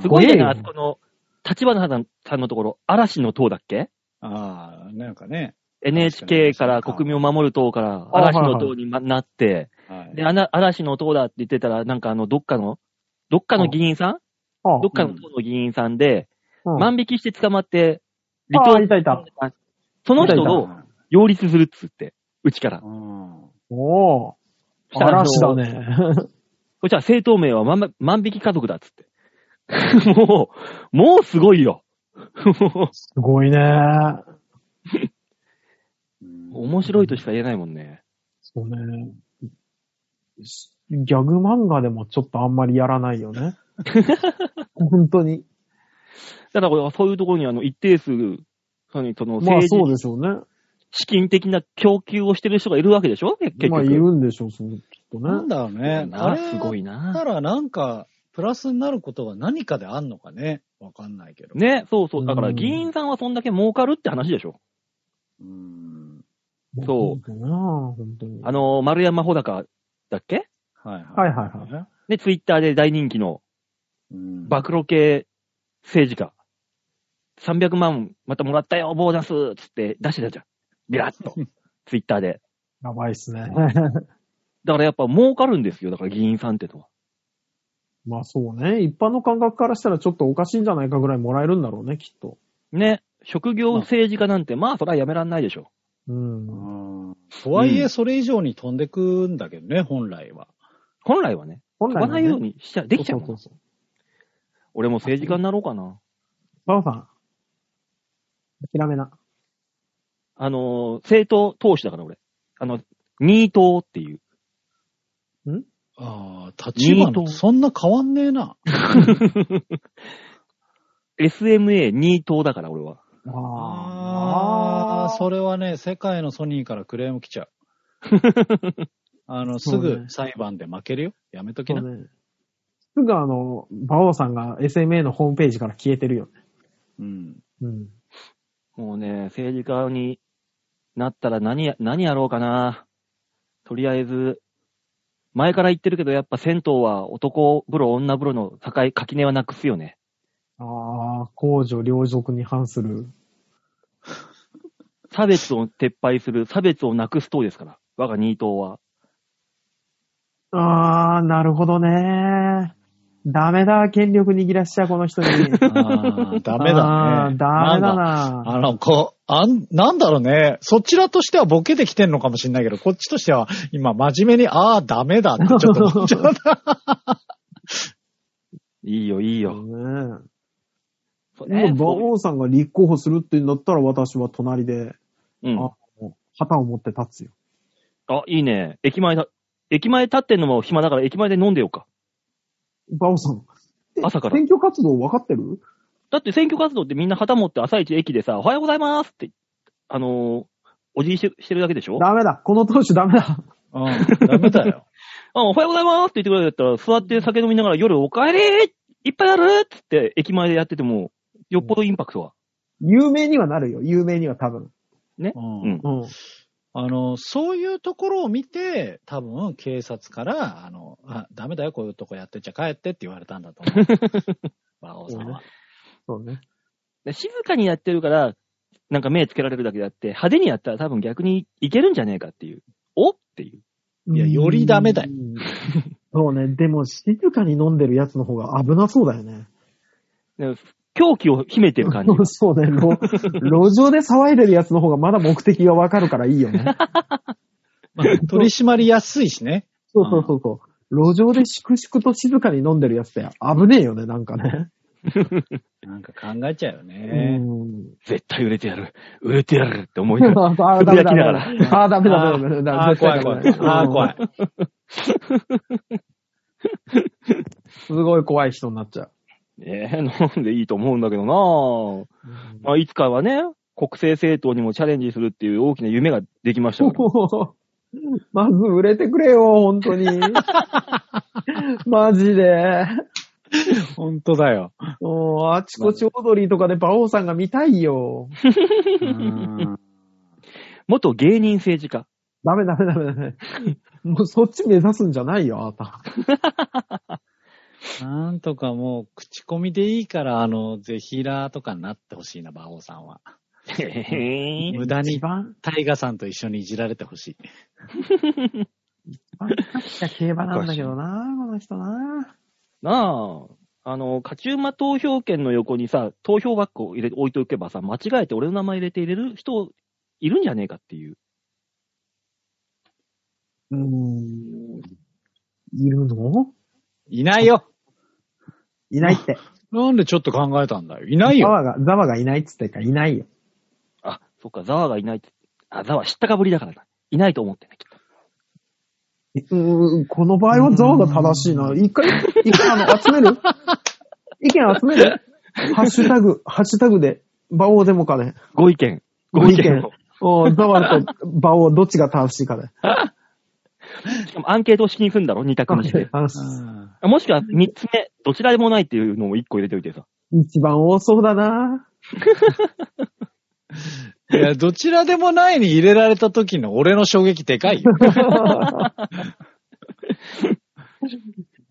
Speaker 2: すごいね、
Speaker 3: うん
Speaker 2: あそこの、立花さんさんのところ、嵐の党だっけ
Speaker 4: ああ、なんかね。
Speaker 2: ?NHK から国民を守る党から
Speaker 3: あ
Speaker 2: 嵐の党にまなって、
Speaker 4: はい
Speaker 2: で、あな嵐の党だって言ってたら、なんかあの、どっかの、どっかの議員さん
Speaker 3: あ
Speaker 2: どっかの党の議員さんで、
Speaker 3: うん
Speaker 2: 万引きして捕まって、
Speaker 3: あ
Speaker 2: 離
Speaker 3: あいたいた
Speaker 2: 党、その人
Speaker 3: ど
Speaker 2: を擁立するっつって、うちから
Speaker 4: う。ん
Speaker 3: お
Speaker 2: そし
Speaker 3: ー、
Speaker 2: たら
Speaker 3: 嵐だね。
Speaker 2: こっちは政党名は万引万引き家族だっつって。 もう、もうすごいよ。
Speaker 3: すごいね。
Speaker 2: 面白いとしか言えないもんね。
Speaker 3: そうね。ギャグ漫画でもちょっとあんまりやらない よね。本当に。
Speaker 2: だからこれはそういうところにあの一定数、そのその
Speaker 3: まあ
Speaker 2: 政治、
Speaker 3: そうでしょうね。
Speaker 2: 資金的な供給をしてる人がいるわけでしょ結結局。
Speaker 3: まあいるんでしょう、そうきっと
Speaker 4: なん
Speaker 3: ね。
Speaker 4: だろうね。あ
Speaker 2: な
Speaker 4: れ、
Speaker 2: すごい
Speaker 4: な
Speaker 2: な。
Speaker 4: らなんか、プラスになることが何かであんのかね。わかんないけど。。
Speaker 2: ね、そうそう。だか
Speaker 3: う
Speaker 2: ら
Speaker 3: ん。
Speaker 2: 議員さんはそんだけ儲かるって話でしょ。
Speaker 4: うん。
Speaker 2: そう
Speaker 3: な本当に。
Speaker 2: あの、丸山穂高だっけ
Speaker 4: はい
Speaker 3: はいいはいは
Speaker 4: は
Speaker 2: で、ツイッターで大人気の
Speaker 4: い。うん
Speaker 2: 暴露系政治家。300万またもらったよ、ボーナスつって出してたじゃん。ビラ ッと。ツイッターで。
Speaker 3: やばいっすね。
Speaker 2: だからやっぱ儲かるんですよ。だから議員さんってのは。
Speaker 3: まあそうね。一般の感覚からしたらちょっとおかしいんじゃないかぐらいもらえるんだろうね、きっと。
Speaker 2: ね。職業政治家なんて、まあそれはやめらんないでしょ。
Speaker 3: うん。
Speaker 4: うんとはいえ、それ以上に飛んでくんだけどね、本来は。
Speaker 2: 本来はね、
Speaker 3: 本
Speaker 2: 飛ば
Speaker 3: 来
Speaker 2: ないよう
Speaker 3: ね。
Speaker 2: にしちゃ、できちゃうもん
Speaker 3: そうそうそう。
Speaker 2: 俺も政治家になろうかな。
Speaker 3: バオさん。諦めな。
Speaker 2: あのー、政党党首だから俺。あの、二党っていう。
Speaker 4: ああ、立場
Speaker 2: ニー
Speaker 4: の
Speaker 2: ト
Speaker 4: そんな変わんねえな。
Speaker 2: SMA 二党だから俺は。
Speaker 4: ああ、
Speaker 3: う。
Speaker 4: それはね、世界のソニーからクレーム来ちゃう。 あの、す
Speaker 3: そう
Speaker 4: ぐ
Speaker 3: ね
Speaker 4: 裁判で負けるよ。やめとき
Speaker 3: そ
Speaker 4: な。
Speaker 3: うね。すぐあの、バオさんが SMA のホームページから消えてるよね。
Speaker 4: うん。
Speaker 3: うん。
Speaker 2: もうね、政治家になったら何や、何やろうかな。とりあえず、前から言ってるけど、やっぱ銭湯は男風呂、女風呂の境、垣根はなくすよね。
Speaker 3: ああ、公女両族に反する。
Speaker 2: 差別を撤廃する、差別をなくす党ですから。我が二党は。
Speaker 3: ああ、なるほどね。ダメだ、権力握らしちゃう、この人に。
Speaker 4: あ あ、ダメ
Speaker 3: あ
Speaker 4: だ
Speaker 3: ー
Speaker 4: ね。
Speaker 3: ダメだ
Speaker 4: んか
Speaker 3: な。
Speaker 4: あの、こう、あん、なんだろうね。そちらとしてはボケてきてんのかもしれないけど、こっちとしては今真面目に、ああ、ダメだってちょっと思っちゃ った
Speaker 2: いいよ、いいよ。
Speaker 3: ね
Speaker 2: そう
Speaker 3: え。
Speaker 2: ね
Speaker 3: 馬王さんが立候補するって言うんだったら、私は隣で
Speaker 2: うん。
Speaker 3: あ旗を持って立つよ。
Speaker 2: あ、いいね。駅前だ、駅前立ってんのも暇だから駅前で飲んでようか。
Speaker 3: バオさん。
Speaker 2: 朝から
Speaker 3: 選挙活動分かってる
Speaker 2: だって選挙活動ってみんな旗持って朝一駅でさ、おはようございますって、あのーお辞儀してしてるだけでしょ
Speaker 3: ダメだ。この党首ダメだ。
Speaker 4: うん、ダメだよ。
Speaker 2: あ、おはようございますって言ってくれるんだったら、座って酒飲みながら夜お帰りいっぱいあるっつって駅前でやってても、よっぽどインパクトは。
Speaker 3: 有名にはなるよ。有名には多分。
Speaker 4: うん
Speaker 2: うん
Speaker 3: うん。
Speaker 4: あの、そういうところを見て、多分警察から、あの、あ、ダメだよ、こういうとこやってちゃ帰ってって言われたんだと思う。 馬王さんは。
Speaker 3: そうね。
Speaker 2: で静かにやってるから、なんか目つけられるだけであって、派手にやったら多分逆にいけるんじゃねえかっていう。おっていう。
Speaker 4: いやよりダメだよ
Speaker 3: うん。そうね。でも、静かに飲んでるやつの方が危なそうだよね。
Speaker 2: で狂気を秘めてる 感じ。
Speaker 3: そうね。路路上で騒いでるやつの方がまだ目的がわかるからいいよ ね。
Speaker 4: まあ、取り締まりやすいしね。
Speaker 3: そうそうそうそう。路上で粛々と静かに飲んでるやつって危ねえよね、なんかね。
Speaker 4: なんか考えちゃうよ
Speaker 3: う
Speaker 4: ね。
Speaker 3: ん。
Speaker 2: 絶対売れてやる。売れてやるって思いながら。
Speaker 3: あ あ、ダメだ。
Speaker 2: つぶやき
Speaker 3: ああ、ダメだ、ダメだダメだ。
Speaker 4: あー怖い怖い。あー怖
Speaker 3: い。
Speaker 4: い。
Speaker 3: すごい怖い人になっちゃう。
Speaker 2: ねえ、 飲んでいいと思うんだけどなぁ。まあ、いつかはね、国政政党にもチャレンジするっていう大きな夢ができましたから。
Speaker 3: もう まず売れてくれよ、本 当に。マジで。
Speaker 4: 本当だよ。
Speaker 3: もう、あちこちオードリーとかで馬王さんが見たいよ。
Speaker 4: うん
Speaker 2: 元芸人政治家。
Speaker 3: ダメダメダメダメ。もうそっち目指すんじゃないよ、あなた。
Speaker 4: なんとかもう、口コミでいいから、あの、ゼヒラーとかになってほしいな、馬王さんは。
Speaker 2: へへへ
Speaker 4: 無駄
Speaker 3: 一
Speaker 4: に、
Speaker 3: 番、
Speaker 4: タイガさんと一緒にいじられてほしい。
Speaker 3: 一番勝ちが競馬なんだけどな、この人な。
Speaker 2: なあ、あの、勝ち馬投票券の横にさ、投票バッグを入れ置いておけばさ、間違えて俺の名前入れて入れる人いるんじゃねえかっていう。
Speaker 3: うーん。いるの
Speaker 4: いないよ
Speaker 3: いないって。
Speaker 4: なんでちょっと考えたんだよ。いない
Speaker 3: ザ
Speaker 4: よ
Speaker 3: ワが、ザワがいないっつってるから、いないよ。
Speaker 2: あ、そっか、ザワがいないって。あ、ザワ知ったかぶりだからな。いないと思ってね、きっと。
Speaker 3: うーん、この場合はザワが正しいな。一回、一回あの、集める意見集めるハッシュタグ、ハッシュタグで、馬王デモかね。
Speaker 2: ご意見。
Speaker 3: ご意見
Speaker 2: を
Speaker 3: おうザワと馬王、どっちが正しいかね。
Speaker 2: しかもアンケート式にするんだろ、二択にして。
Speaker 3: あの
Speaker 4: うん
Speaker 2: あもしくは三つ目、どちらでもないっていうのを一個入れておいてさ。
Speaker 3: 一番多そうだ な。
Speaker 4: いや、どちらでもないに入れられた時の俺の衝撃でか いよ。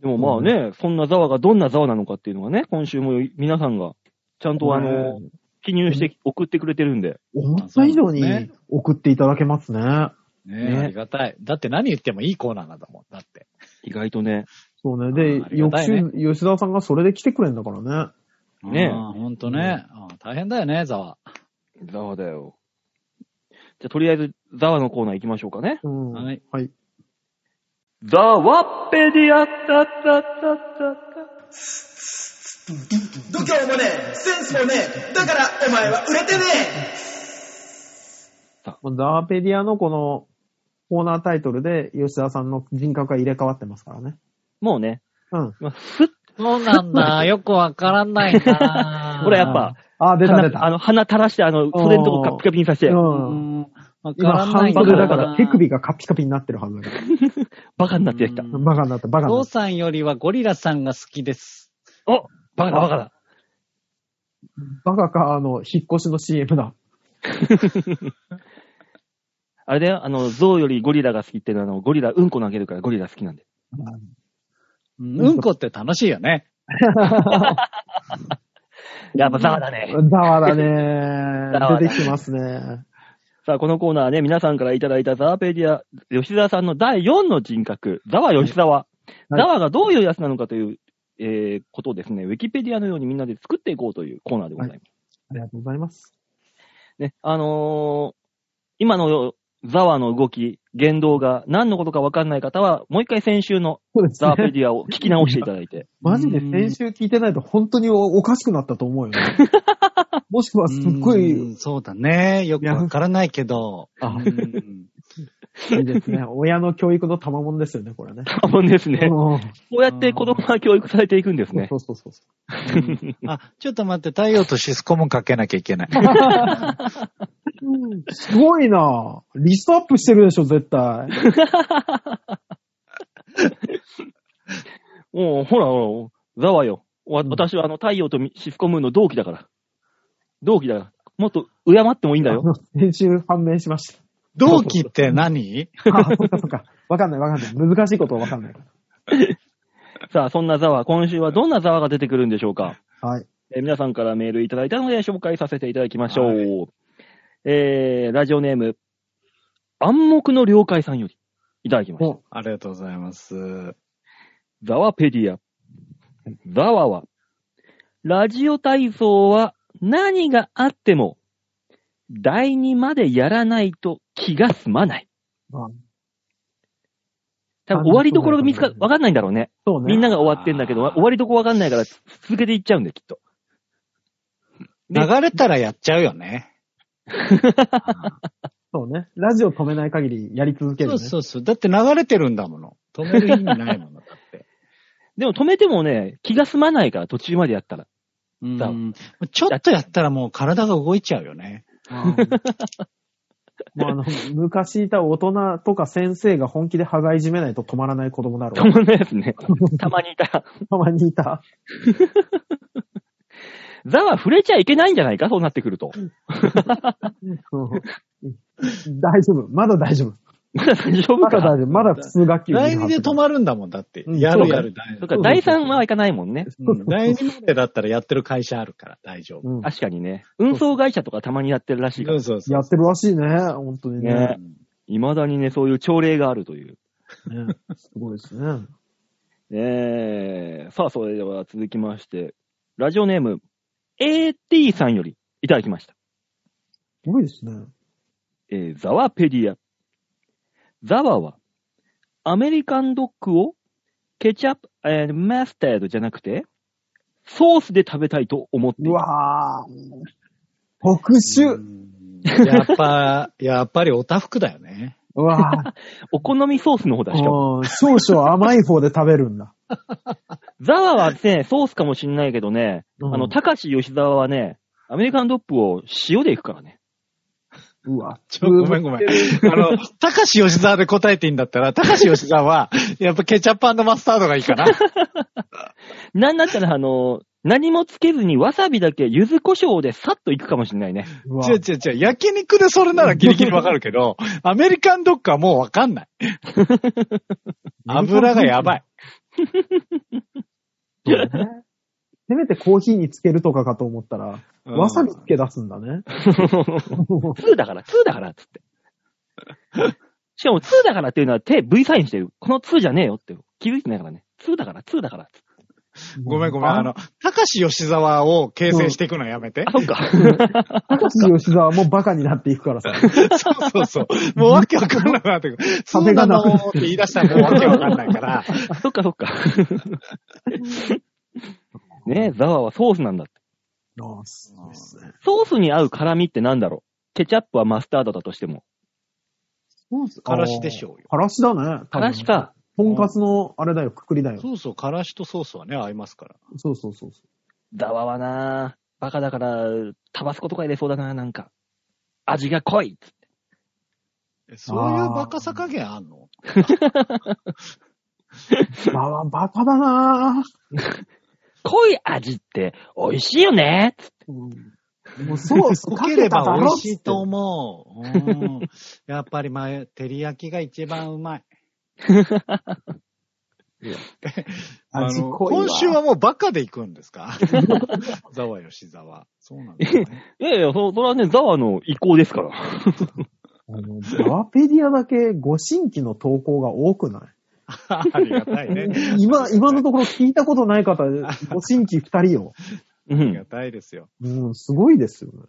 Speaker 2: でもまあね、そんなザワがどんなザワなのかっていうのがね、今週も皆さんが、ちゃんとあの、記入して送ってくれてるんで。
Speaker 3: 思った以上に
Speaker 4: ね
Speaker 3: 送っていただけますね。
Speaker 4: ねありがたい。だって何言ってもいいコーナーなんだもん。だって。
Speaker 2: 意外とね。
Speaker 3: そうね。
Speaker 4: あ
Speaker 3: で、
Speaker 4: りが
Speaker 3: 翌
Speaker 4: たいね
Speaker 3: 週、吉田さんがそれで来てくれんだからね。
Speaker 2: ねえ
Speaker 4: うんほんとね。うん大変だよね、ざわ。
Speaker 2: ザワだよ。じゃあ、とりあえず、ザワのコーナー行きましょうかね。
Speaker 3: うん。
Speaker 4: はい。
Speaker 3: はい。
Speaker 2: ザワッペディアタタタタ
Speaker 1: 度胸もねえセンスもねえだからお前は売れてねえ
Speaker 3: ザワペディアのこのコーナータイトルで吉田さんの人格が入れ替わってますからね。
Speaker 2: もうね、
Speaker 3: うん。
Speaker 2: まあ、ふっ、
Speaker 4: そうなん だ。よくわからない な
Speaker 2: 俺やっぱ、
Speaker 3: あ、出た
Speaker 2: 鼻、
Speaker 3: 出
Speaker 2: あ
Speaker 3: た。
Speaker 2: の、鼻垂らして、あの、袖のとこカピカピにさせて
Speaker 3: う、。
Speaker 4: うんん。わから
Speaker 3: 今、
Speaker 4: な
Speaker 3: 半
Speaker 4: いな
Speaker 3: 袖だから手首がカピカピになってるはずだから。
Speaker 2: バカになってきた
Speaker 4: う。ん
Speaker 3: バカになった、バカにな
Speaker 4: 父
Speaker 3: った。
Speaker 4: さんよりはゴリラさんが好きです。
Speaker 2: おバカだ、バカだ。
Speaker 3: バカか、あの、引っ越しの CM だ。
Speaker 2: あれだよ、あの、ゾウよりゴリラが好きっていうのは、あの、ゴリラうんこ投げるからゴリラ好きなんで。
Speaker 4: うんうんこって楽しいよね。
Speaker 2: やっぱザワだね。
Speaker 3: ザワだ
Speaker 2: ザワだ
Speaker 3: ね。出てきますね。
Speaker 2: さあ、このコーナーはね、皆さんからいただいたザワペディア、吉沢さんの第4の人格、ザワ吉沢。
Speaker 3: い
Speaker 2: ザワがどういうやつなのかという、えーことをですね、ウィキペディアのようにみんなで作っていこうというコーナーでございます。
Speaker 3: ありがとうございます。
Speaker 2: ね、あのー今のザワの動き、言動が何のことかわかんない方は、もう一回先週の
Speaker 3: そうです
Speaker 2: ザワペ
Speaker 3: ね。
Speaker 2: ディアを聞き直していた だいて。
Speaker 3: マジで先週聞いてないと本当におおかしくなったと思うよ ね。もしくはすっご
Speaker 4: う
Speaker 3: い
Speaker 4: ん。そうだね。よくわからないけど。
Speaker 3: あ
Speaker 4: うん
Speaker 3: いいですね。親の教育の賜物ですよね、これね。
Speaker 2: 多分ですね。こ
Speaker 3: うん
Speaker 2: うやって子供が教育されていくんですね
Speaker 3: そ。うそうそうそ
Speaker 4: あ、ちょっと待って、太陽とシスコもかけなきゃいけない。
Speaker 3: う。すごいなリストアップしてるでしょ、絶対。
Speaker 2: もう、ほら、ほら、ザワよ。わ
Speaker 3: うん
Speaker 2: 私はあの、太陽とみシスコムーンの同期だから。同期だから。もっと敬ってもいいんだ
Speaker 3: あ
Speaker 2: よ。
Speaker 3: の先週判明しまし
Speaker 4: 同期って何
Speaker 3: た。あ、そっかそっか。わかんないわかんない。難しいことはわかんない。
Speaker 2: さあ、そんなザワ、今週はどんなザワが出てくるんでしょうか。
Speaker 3: はい。
Speaker 2: えー皆さんからメールいただいたので紹介させていただきましょう。
Speaker 4: は
Speaker 2: えー、ラジオネーム、暗黙の了解さんよりいただきました。
Speaker 3: お
Speaker 4: ありがとうございます。
Speaker 2: ザワペディア。ザワは、ラジオ体操は何があっても、第2までやらないと気が済まない。
Speaker 3: あ
Speaker 2: 多分終わりどころが見つか、わかんないんだろうね。
Speaker 3: そうね。
Speaker 2: みんなが終わってんだけど、
Speaker 4: あー
Speaker 2: 終わりどころわかんないからつ続けていっちゃうんだよ、きっと。で
Speaker 4: 流れたらやっちゃうよね。
Speaker 3: そうね。ラジオ止めない限りやり続ける
Speaker 4: そ
Speaker 3: ね。
Speaker 4: うそうそう。だって流れてるんだもの。止める意味ないも のだって。
Speaker 2: でも止めてもね、気が済まないから、途中までやったら。
Speaker 4: うん。ちょっとやったらもう体が動いちゃうよね。
Speaker 3: うんもうあの、昔いた大人とか先生が本気で羽がいじめないと止まらない子供だろ
Speaker 2: 止
Speaker 3: う。
Speaker 2: まんないやつね。たまにいた。
Speaker 3: たまにいた。
Speaker 2: ザは触れちゃいけないんじゃないかそうなってくると。
Speaker 3: うん大丈夫。まだ大丈夫。
Speaker 2: まだ大丈夫
Speaker 3: ま
Speaker 2: か
Speaker 3: だ大丈夫。まだ普通学級
Speaker 4: 第二で止
Speaker 3: る。
Speaker 4: まるんだもん、だって。
Speaker 3: うん
Speaker 4: やるやる、
Speaker 2: そう
Speaker 4: 第
Speaker 2: か、第3はいかないもんね。
Speaker 4: 二うん第二までだったらやってる会社あるから大丈夫。
Speaker 3: うん
Speaker 2: 確かにね。運送会社とかたまにやってるらしいか
Speaker 4: そ
Speaker 2: ら
Speaker 4: う。そうそう。
Speaker 3: やってるらしいね。本当にね。
Speaker 2: ね未だにね、そういう朝礼があるという。
Speaker 3: ねすごいですね。
Speaker 2: ねえ。さあ、それでは続きまして、ラジオネーム、AT さんよりいただきました。
Speaker 3: すごいですね。
Speaker 2: えーザワペディア。ザワは、アメリカンドッグをケチャップ、えーマスタードじゃなくて、ソースで食べたいと思っている
Speaker 3: うわぁ。特殊。
Speaker 4: うんやっぱ、やっぱりおたふくだよね。
Speaker 3: うわぁ。
Speaker 2: お好みソースの方だしかも。
Speaker 3: うん少々甘い方で食べるんだ。
Speaker 2: ザワはね、ソースかもしんないけどね、
Speaker 3: うん
Speaker 2: あの、高橋吉沢はね、アメリカンドッグを塩でいくからね。
Speaker 3: うわ。
Speaker 4: ちょ、ごめんごめん。あの、高橋吉沢で答えていいんだったら、高橋吉 沢は、やっぱケチャップマスタードがいいかな。
Speaker 2: なんだったら、あの、何もつけずにわさびだけ柚子胡椒でさっといくかもしんないね。
Speaker 3: うわ
Speaker 4: 違う違う違う。焼肉でそれならギリギリわかるけ ど、アメリカンドッグはもうわかんない。油がやばい。
Speaker 3: そうね せめてコーヒーにつけるとかかと思ったら、
Speaker 4: うん
Speaker 3: わさびつけ出すんだ ね。
Speaker 2: 2だから、2だから、つって。しかも2だからっていうのは手 V サインしてる。この2じゃねえよって気づいてないからね。2だから、2だからっつって。
Speaker 4: ごめんごめん。あの、高橋吉沢を形成していくのはやめて
Speaker 2: あ、。そっか。
Speaker 3: 高橋吉沢もバカになっていく からさ。
Speaker 4: そうそうそう。もうわけわかんなくなってくる。そう
Speaker 3: 壁
Speaker 4: な
Speaker 3: がな
Speaker 4: の
Speaker 3: くなってる
Speaker 4: ーって言い出したらもうわけわかんないから。
Speaker 2: そっか、そっか。ねえ、ザワはソースなんだって。
Speaker 3: ああそうですね
Speaker 2: ソースに合う辛味ってなんだろうケチャップはマスタードだとしても。
Speaker 4: からしでしょうよ
Speaker 3: からしだね。
Speaker 2: 辛子。か。
Speaker 3: とんかつの、あれだよ、くくりだよ。
Speaker 4: そうそう、からしとソースはね、合いますから。
Speaker 3: そうそうそう。
Speaker 2: ザワはなバカだから、タバスコとか入れそうだななんか。味が濃いっつって
Speaker 4: えそういうバカさ加減あんの
Speaker 3: まあ、バカだなぁ。
Speaker 2: 濃い味って美味しいよねっつって
Speaker 3: うんもうソース
Speaker 4: 濃
Speaker 3: か
Speaker 4: け
Speaker 3: け
Speaker 4: れ
Speaker 3: ただ
Speaker 4: ば美
Speaker 3: ろっ
Speaker 4: 味し
Speaker 3: つっ
Speaker 4: い
Speaker 3: て
Speaker 4: と思 う。うんやっぱり、まあ、照り焼きが一番うまい。
Speaker 3: 味
Speaker 4: あの
Speaker 3: 濃いわ
Speaker 4: 今週はもうバカで行くんで すかザワヨシザワ。そうなんですね。
Speaker 2: いやいや、そ、それはね、ザワの意向ですから。
Speaker 3: あの、ザワペディアだけご新規の投稿が多くない
Speaker 4: ありがたいね。
Speaker 3: 今、今のところ聞いたことない方、ご新規二人よ。
Speaker 2: う
Speaker 4: ありが
Speaker 2: ん。
Speaker 4: たいですよ。
Speaker 3: うん、すごいですよね。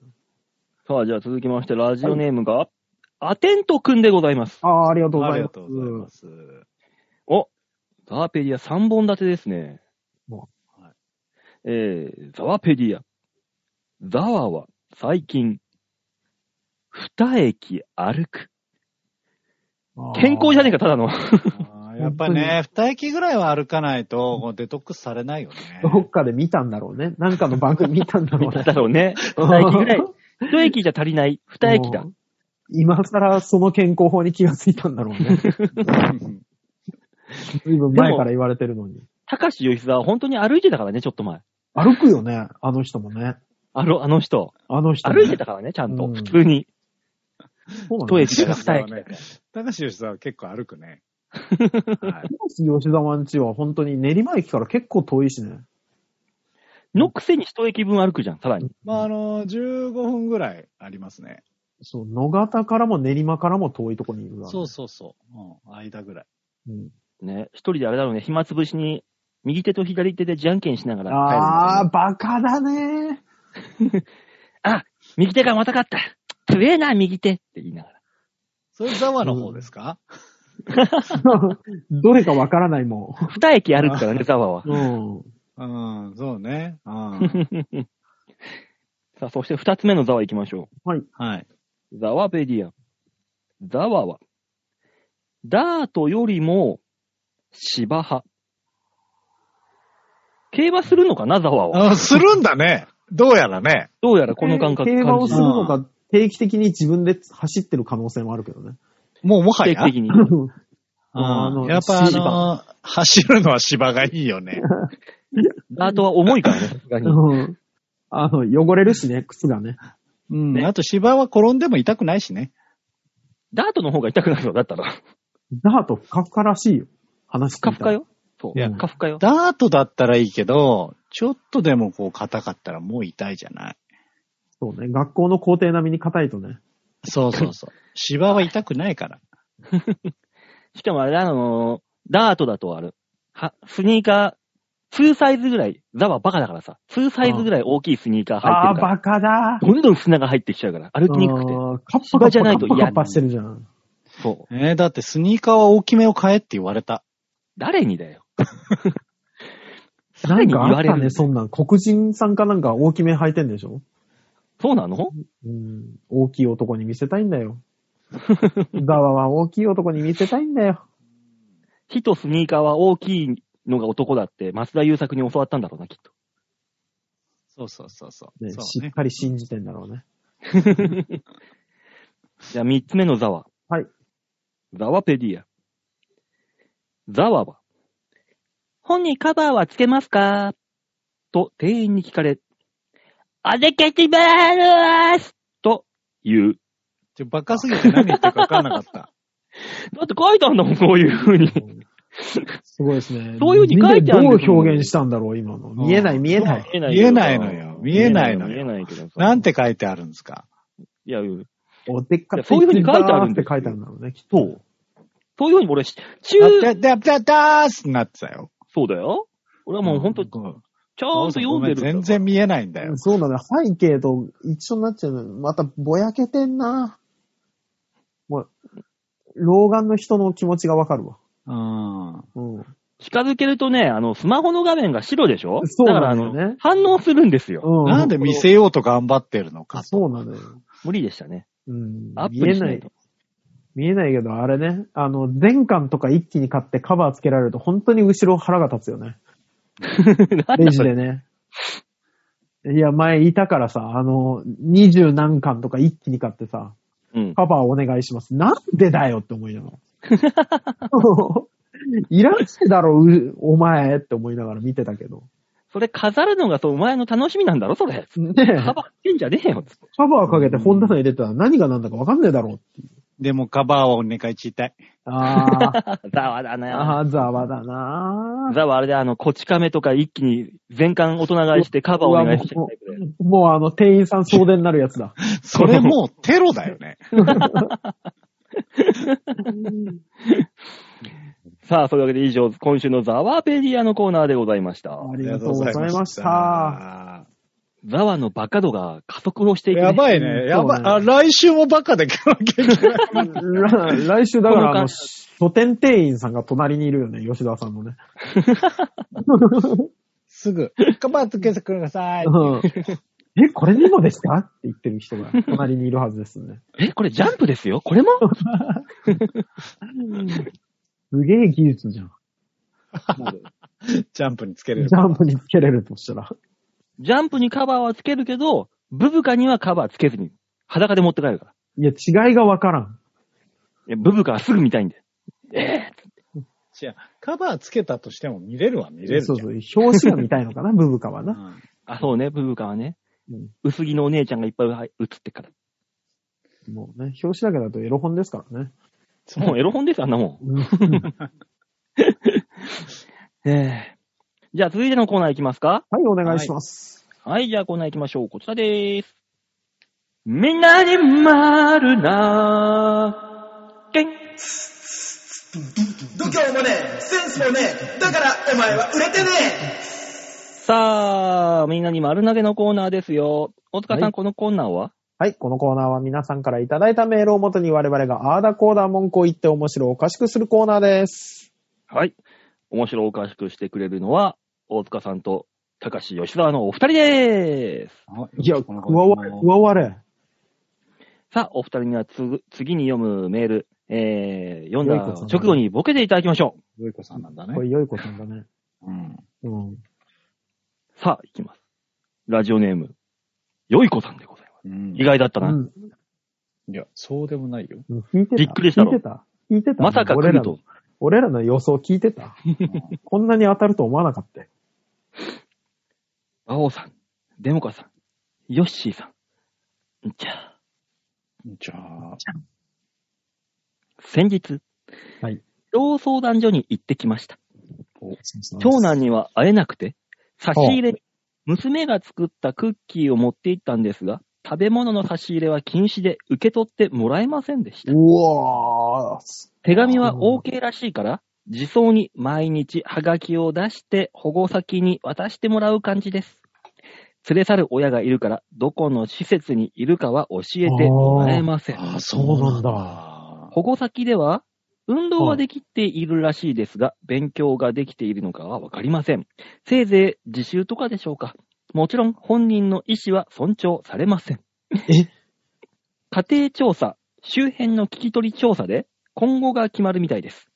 Speaker 2: さあ、じゃあ続きまして、ラジオネームが、アテントくんでございます。
Speaker 3: ああ、ありがとうご
Speaker 4: あ
Speaker 3: ざい
Speaker 4: り
Speaker 3: ま
Speaker 4: が
Speaker 3: す。
Speaker 4: とうございます。
Speaker 2: おザワペディア3本立てですね。
Speaker 3: も
Speaker 4: はい
Speaker 2: えー、ザワペディア。ザワは最近、二駅歩く。健康じゃねえか、ただの。
Speaker 4: あーやっぱね、二駅ぐらいは歩かないと、こうデトックスされないよね。
Speaker 3: どっかで見たんだろうね。なんかの番組見たんだろ うね。
Speaker 2: だろうね。二駅ぐらい。一駅じゃ足りない。二駅だ
Speaker 3: う。ん。今更その健康法に気がついたんだろ うね。随分前から言われてるのに。
Speaker 2: 高橋洋一は本当に歩いてたからね、ちょっと前。
Speaker 3: 歩くよね、あの人もね。
Speaker 2: あの、あの人。
Speaker 3: あの人もね、
Speaker 2: 歩いてたからね、ちゃんと。
Speaker 3: うん
Speaker 2: 普通に。
Speaker 3: そうなん
Speaker 2: 一
Speaker 3: で
Speaker 2: 駅
Speaker 3: す。
Speaker 2: が二駅だから。
Speaker 4: 高橋由さんは結構歩 くね。はい
Speaker 3: 吉沢んちは本当に練馬駅から結構遠いしね。
Speaker 2: のくせに一駅分歩くじゃん、さらに。
Speaker 4: まあ、あの、15分ぐらいありますね。
Speaker 3: そう、野方からも練馬からも遠いとこにいるわ、
Speaker 4: そうそうそう。うん、間ぐらい。
Speaker 3: うん。
Speaker 2: ね。一人であれだろうね、暇つぶしに、右手と左手でじゃんけんしながら帰るんだよね。
Speaker 3: あー、バカ だね。
Speaker 2: 右手がまたかった。強えな、右手って言いながら。
Speaker 4: それザワの方ですか、
Speaker 3: どれかわからないも
Speaker 2: 二駅歩くからね、ザワは。
Speaker 3: ん。うん。
Speaker 4: うん、そうね。うん。
Speaker 2: さあ、そして二つ目のザワ行きましょ
Speaker 4: はい。
Speaker 2: う。ザワペディア。ザワは、ダートよりも、芝派。競馬するのかな、ザワは。
Speaker 4: あするんだね。どうやらね。
Speaker 2: どうやらこの感覚。
Speaker 3: 競馬をする
Speaker 2: 感
Speaker 3: のか、定期的に自分で走ってる可能性もあるけどね。
Speaker 4: もうも
Speaker 2: じ
Speaker 4: は
Speaker 2: 定
Speaker 4: や
Speaker 2: 期。的に。
Speaker 4: うん
Speaker 3: あの
Speaker 4: やっぱあ
Speaker 3: 芝
Speaker 4: の、走るのは芝がいいよね。
Speaker 2: ダートは重い からね、さすがに。
Speaker 3: うん。あの、汚れるしね、靴がね。
Speaker 4: うん。
Speaker 2: ね
Speaker 4: あと芝は転んでも痛くないしね。
Speaker 2: ダートの方が痛くなるのだったら。
Speaker 3: ダートふかふからしいよ。話
Speaker 2: ふ
Speaker 3: 聞
Speaker 2: か
Speaker 3: い
Speaker 2: ふ
Speaker 3: た。
Speaker 2: からよ。そう。
Speaker 4: いや
Speaker 2: ふかふかよ。
Speaker 4: ダートだったらいいけど、ちょっとでもこう硬かったらもう痛いじゃない。
Speaker 3: そうね。学校の校庭並みに硬いとね。
Speaker 4: そうそうそう。 芝は痛くないから。
Speaker 2: しかもあれだ、あのーダートだとある。は、スニーカー、2サイズぐらい、ザはバカだからさ、2サイズぐらい大きいスニーカー
Speaker 3: あ
Speaker 2: 入っ
Speaker 3: あ
Speaker 2: て
Speaker 3: ー、
Speaker 2: るから、
Speaker 3: バカだ。
Speaker 2: どんどん砂が入ってきちゃうから、歩きにくくて。
Speaker 3: あーカッパカ
Speaker 2: 芝
Speaker 3: ッ
Speaker 2: じゃ
Speaker 3: パ
Speaker 2: な
Speaker 3: カ
Speaker 2: いと
Speaker 3: ッパカッパしてるじゃん。
Speaker 2: そう。
Speaker 4: えーだってスニーカーは大きめを買えって言われた。
Speaker 2: 誰に だよ。
Speaker 3: な
Speaker 2: 誰
Speaker 3: ん
Speaker 2: に
Speaker 3: か
Speaker 2: 言
Speaker 3: あ
Speaker 2: わ
Speaker 3: っ
Speaker 2: れ
Speaker 3: た
Speaker 2: るんだ
Speaker 3: ね、
Speaker 2: よ
Speaker 3: そんなん。黒人さんかなんか大きめ履いてんでしょ
Speaker 2: そうなの
Speaker 3: うん。大きい男に見せたいん だよ。ダワは大きい男に見せたいんだよ。
Speaker 2: 火とスニーカーは大きいのが男だって、松田優作に教わったんだろうな、きっと。
Speaker 4: そうそうそうそう。
Speaker 3: ね、
Speaker 4: そう
Speaker 3: しっ
Speaker 4: ね。
Speaker 3: かり信じてんだろうね。
Speaker 2: じゃあ、三つ目のザワ。
Speaker 3: はい。
Speaker 2: ザワペディア。ザワは、本にカバーはつけますかと店員に聞かれ、あでけしまーすと言う。
Speaker 4: ちょバカすぎて何言ってるか分かんなかった。
Speaker 2: だって書いてあんだもん、こういう風 に。
Speaker 3: すごいですね。
Speaker 2: そういう風に書いてあるん
Speaker 3: ど
Speaker 2: です
Speaker 3: う
Speaker 2: もん
Speaker 3: 表現したんだろう、今の。見えない、見えない。
Speaker 4: 見えないのよ見えないのよ
Speaker 2: 見えないけどさ
Speaker 4: なんて書いてあるんですか
Speaker 2: いや、うん
Speaker 3: おでっか
Speaker 2: いやそういう風に書いてあるん
Speaker 3: っ
Speaker 2: だ
Speaker 3: て
Speaker 2: よ
Speaker 3: 書いてあるんだろうね、きっと。
Speaker 2: そう。そういう風に俺、中、
Speaker 4: だ、だ、だ、だーすってなってたよ。
Speaker 2: そうだよ。俺はもうほんと、ち
Speaker 4: うん
Speaker 2: ゃんと読んでるんだよ。
Speaker 4: 全然見えないんだよ。
Speaker 3: そうだね。背景と一緒になっちゃうの。またぼやけてんな。もう、老眼の人の気持ちがわかるわ。
Speaker 4: うん。
Speaker 3: うん。
Speaker 2: 近づけるとね、あの、スマホの画面が白でしょ
Speaker 3: そう
Speaker 2: だから、
Speaker 3: な
Speaker 2: あ
Speaker 3: んだよ
Speaker 2: の
Speaker 3: ね、
Speaker 2: 反応するんですよ。
Speaker 3: う
Speaker 4: なんで見せようと頑張ってるのか。
Speaker 3: そうなのよ。
Speaker 2: 無理でしたね。
Speaker 3: うん。
Speaker 2: アップ
Speaker 3: 見
Speaker 2: に
Speaker 3: え
Speaker 2: し
Speaker 3: な
Speaker 2: ない
Speaker 3: い
Speaker 2: と。。
Speaker 3: 見えないけど、あれね。あの、全巻とか一気に買ってカバーつけられると本当に後ろ腹が立つよね。
Speaker 2: なん
Speaker 3: レ
Speaker 2: だ
Speaker 3: ジ
Speaker 2: それ
Speaker 3: でね。いや、前いたからさ、あの、二十何巻とか一気に買ってさ、
Speaker 2: うん。
Speaker 3: カバーお願いします。なんでだよって思いな がら。いらんしだろ、うお前って思いながら見てたけど。
Speaker 2: それ飾るのがそう、お前の楽しみなんだろ、それ。
Speaker 3: ねえ
Speaker 2: カバーってんじゃねえよ、つって。
Speaker 3: カバーかけて本棚入れたら何が何だかわかんねえだろう。
Speaker 4: でもカバーはお願いち いたい。
Speaker 3: あー、
Speaker 2: ザワだな。
Speaker 3: あーざわだな
Speaker 2: ザワあれで、あの、こち亀とか一気に全巻大人買いしてカバーお願いしちゃうタイプだよ
Speaker 3: もうあの、店員さん送電になるや つだ。
Speaker 4: それもうテロだよね。
Speaker 2: さあ、そういうわけで以上、今週のザワペディアのコーナーでございました。
Speaker 3: ありがとうございました。
Speaker 2: ザワのバカ度が加速をしていく、
Speaker 4: やばい
Speaker 3: うん
Speaker 4: ね。やばい。
Speaker 3: そう
Speaker 4: あ、来週もバカで来なきゃいけ ない。
Speaker 3: 来 週だから、あ
Speaker 2: この感
Speaker 3: の、書店店員さんが隣にいるよね、吉田さんのね。
Speaker 4: すぐ、カバーつけてください。
Speaker 3: うん え、これでもですかって言ってる人が 隣にいるはずですね。
Speaker 2: え、これジャンプですよこれも
Speaker 3: すげえ技術じゃん。
Speaker 4: ジャンプにつけれ
Speaker 3: ジ
Speaker 4: る。
Speaker 3: ャンプにつけれるとしたら。
Speaker 2: ジャンプにカバーはつけるけど、ブブカにはカバーつけずに、裸で持って帰るから。
Speaker 3: いや、違いがわからん。
Speaker 2: いやブブカはすぐ見たいんで。え
Speaker 4: いやカバーつけたとしても見れるは見れるじ
Speaker 3: そ
Speaker 4: ゃん。
Speaker 3: うそう。表紙が見たいのかな、ブブカはな。
Speaker 4: うん
Speaker 2: ーあ、そうね、ブブカはね。
Speaker 3: うん
Speaker 2: 薄着のお姉ちゃんがいっぱいはい映ってっから。
Speaker 3: もうね、表紙だけだとエロ本ですから ね。
Speaker 4: そう
Speaker 2: もうエロ本です、あんなも
Speaker 3: うん
Speaker 2: ん。ええじゃあ続いてのコーナー行きますか
Speaker 3: はい、お願いします。
Speaker 2: はい、じゃあコーナー行きましょう。こちらでーす。みんなに丸なーけん。
Speaker 1: 度胸もねえセンスもねえだからお前は売れてねえ
Speaker 2: さあ、みんなに丸投げのコーナーですよ。大塚さん、
Speaker 3: はい
Speaker 2: このコーナーは
Speaker 3: はい、このコーナーは皆さんからいただいたメールをもとに我々があーだこーだ文句を言って面白おかしくするコーナーです。
Speaker 2: はい。面白おかしくしてくれるのは、大塚さんと高橋吉沢のお二人でーす。
Speaker 3: いや、加
Speaker 4: この
Speaker 3: われ、加われ。
Speaker 2: さあ、お二人にはつぐ次に読むメール、えー、読ん
Speaker 3: 良いこと
Speaker 2: だ
Speaker 3: だね
Speaker 2: 直後にボケていただきましょ
Speaker 4: よいこさんなんだね
Speaker 3: こ。れ良いことだね。
Speaker 4: うん。
Speaker 3: うん。
Speaker 2: う。さあ、いきます。ラジオネーム、よいこさんでございます。
Speaker 4: うん
Speaker 2: 意外だったな。
Speaker 3: うん
Speaker 4: いや、そうでもないよ。
Speaker 3: 聞いてた
Speaker 2: びっくりしたろ
Speaker 3: 聞いてた聞いてた
Speaker 2: まさか来
Speaker 3: 俺ら
Speaker 2: る
Speaker 3: の
Speaker 2: と。
Speaker 3: 俺らの予想聞いてたこんなに当たると思わなかったよ。
Speaker 2: 馬王さん、デモカさん、ヨッシーさん。じゃあ、
Speaker 4: じゃあ、
Speaker 2: 先日、
Speaker 3: はい。
Speaker 2: 老相談所に行ってきました。
Speaker 4: お
Speaker 2: 長男には会えなくて、差し入れに、娘が作ったクッキーを持って行ったんですが、食べ物の差し入れは禁止で受け取ってもらえませんでした。
Speaker 3: うわーす
Speaker 2: 手紙は
Speaker 3: うん
Speaker 2: OK らしいから、自走に毎日ハガキを出して保護先に渡してもらう感じです。連れ去る親がいるから、どこの施設にいるかは教えてもらえません。
Speaker 4: あ、
Speaker 3: そうなんだ
Speaker 4: だ。
Speaker 2: 保護先では、運動はできているらしいですが、勉強ができているのかはわかりません。せいぜい自習とかでしょうか。もちろん本人の意思は尊重されません。
Speaker 3: え
Speaker 2: 家庭調査、周辺の聞き取り調査で、今後が決まるみたいです。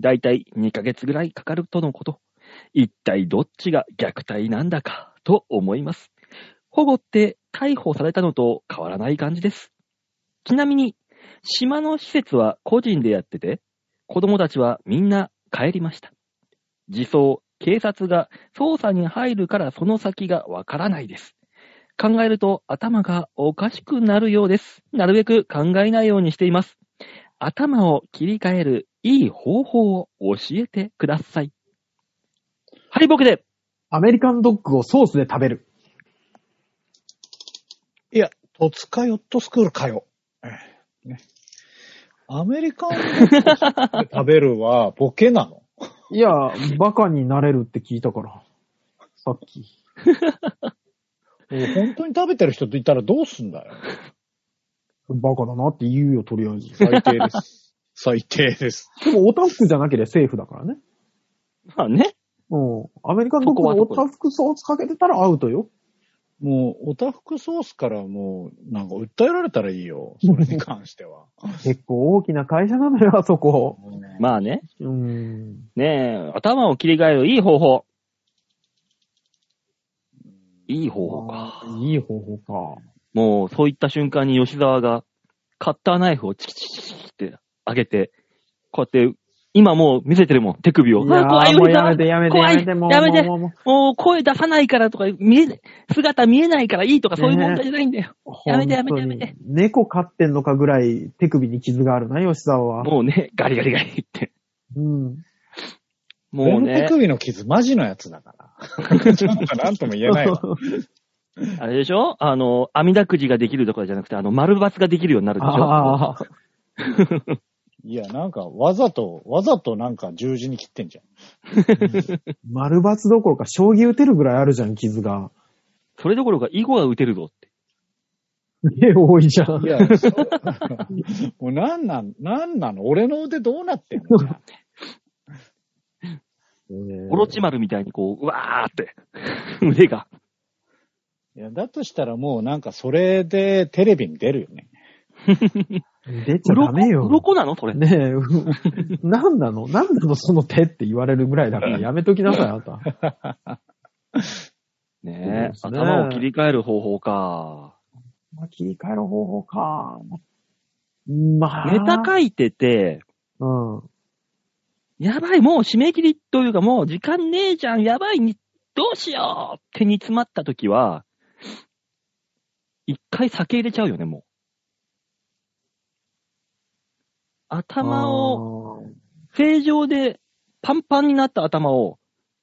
Speaker 2: だいたい2ヶ月ぐらいかかるとのこと。一体どっちが虐待なんだか、と思います。保護って逮捕されたのと変わらない感じです。ちなみに、島の施設は個人でやってて、子供たちはみんな帰りました。自走、警察が捜査に入るからその先がわからないです。考えると頭がおかしくなるようです。なるべく考えないようにしています。頭を切り替えるいい方法を教えてください。はい、僕で。
Speaker 3: アメリカンドッグをソースで食べる。
Speaker 4: いや、戸塚ヨットスクールかよ。ええねアメリカンドッグを食べるはボケなの
Speaker 3: いや、バカになれるって聞いたから。さっき。
Speaker 4: もう本当に食べてる人といたらどうすんだよ。
Speaker 3: バカだなって言うよ、とりあえず。
Speaker 4: 最低です。最低です。
Speaker 3: でも、オタフクじゃなければセーフだからね。
Speaker 2: まあね。
Speaker 3: うん。アメリカンドッグのオタフクソースかけてたらアウトよ。
Speaker 4: もう、オタフクソースからもう、なんか訴えられたらいいよ。それに関しては。
Speaker 3: 結構大きな会社なのよ、あそこ。
Speaker 4: ま
Speaker 2: まあね。
Speaker 3: うーん。
Speaker 2: ねえ、頭を切り替えるいい方法。いい方法か。
Speaker 3: いい方法か。
Speaker 2: もう、そういった瞬間に吉沢が、カッターナイフをチキチキチキって上げて、こうやって、今もう見せてるもん、手首を。
Speaker 3: いや
Speaker 2: あ 怖い
Speaker 3: ーもう
Speaker 2: 吉
Speaker 3: や
Speaker 2: 沢
Speaker 3: めて、やめて、
Speaker 2: 怖
Speaker 3: や
Speaker 2: い
Speaker 3: めて、もう、
Speaker 2: やめて
Speaker 3: もう、もうも
Speaker 2: もう声出さないからとか、見え、姿見えないからいいとか、そういう
Speaker 3: ねえ
Speaker 2: 問題じゃないんだよ。
Speaker 3: う
Speaker 2: やめてやめて
Speaker 3: 本当に
Speaker 2: やめて
Speaker 3: 猫飼ってんのかぐらい手首に傷があるな、吉沢は。
Speaker 2: もうね、ガリガリガリって。
Speaker 3: うん。
Speaker 4: あ、俺
Speaker 2: もう
Speaker 4: の手
Speaker 2: ね、
Speaker 4: 首の傷マジのやつだから。ちょっとなんとも言 えないわ。
Speaker 2: あれでしょあの、網だくじができるとかじゃなくて、あの、丸抜ができるようになるでしょ
Speaker 3: ああ、
Speaker 4: いや、なんか、わざと、わざとなんか十字に切ってんじゃん。
Speaker 3: 丸抜どころか、将棋打てるぐらいあるじゃん、傷が。
Speaker 2: それどころか、囲碁が打てるぞって。
Speaker 3: え、多いじゃん
Speaker 4: い。や、そう もうなんなん、なんなの俺の腕どうなってんのじゃあ
Speaker 2: オロチマルみたいにこう、うわーって、腕が。
Speaker 4: いいや、だとしたらもうなんかそれでテレビに出るよね。
Speaker 3: 出ちゃダメよ。
Speaker 2: 鱗なのそれ。
Speaker 3: ねえ、 うなんなのなんなのその手って言われるぐらいだからやめときなさい、あんた。
Speaker 2: ねえ。
Speaker 3: そうですね
Speaker 2: 頭を切り替える方法か。
Speaker 3: まあ、切り替える方法か。まあ。
Speaker 2: ネタ書いてて、
Speaker 3: うん。
Speaker 2: やばい、もう締め切りというかもう時間ねえじゃん、やばいに、どうしようって煮詰まった時は、一回酒入れちゃうよね、もう。頭を、
Speaker 3: あー
Speaker 2: 正常でパンパンになった頭を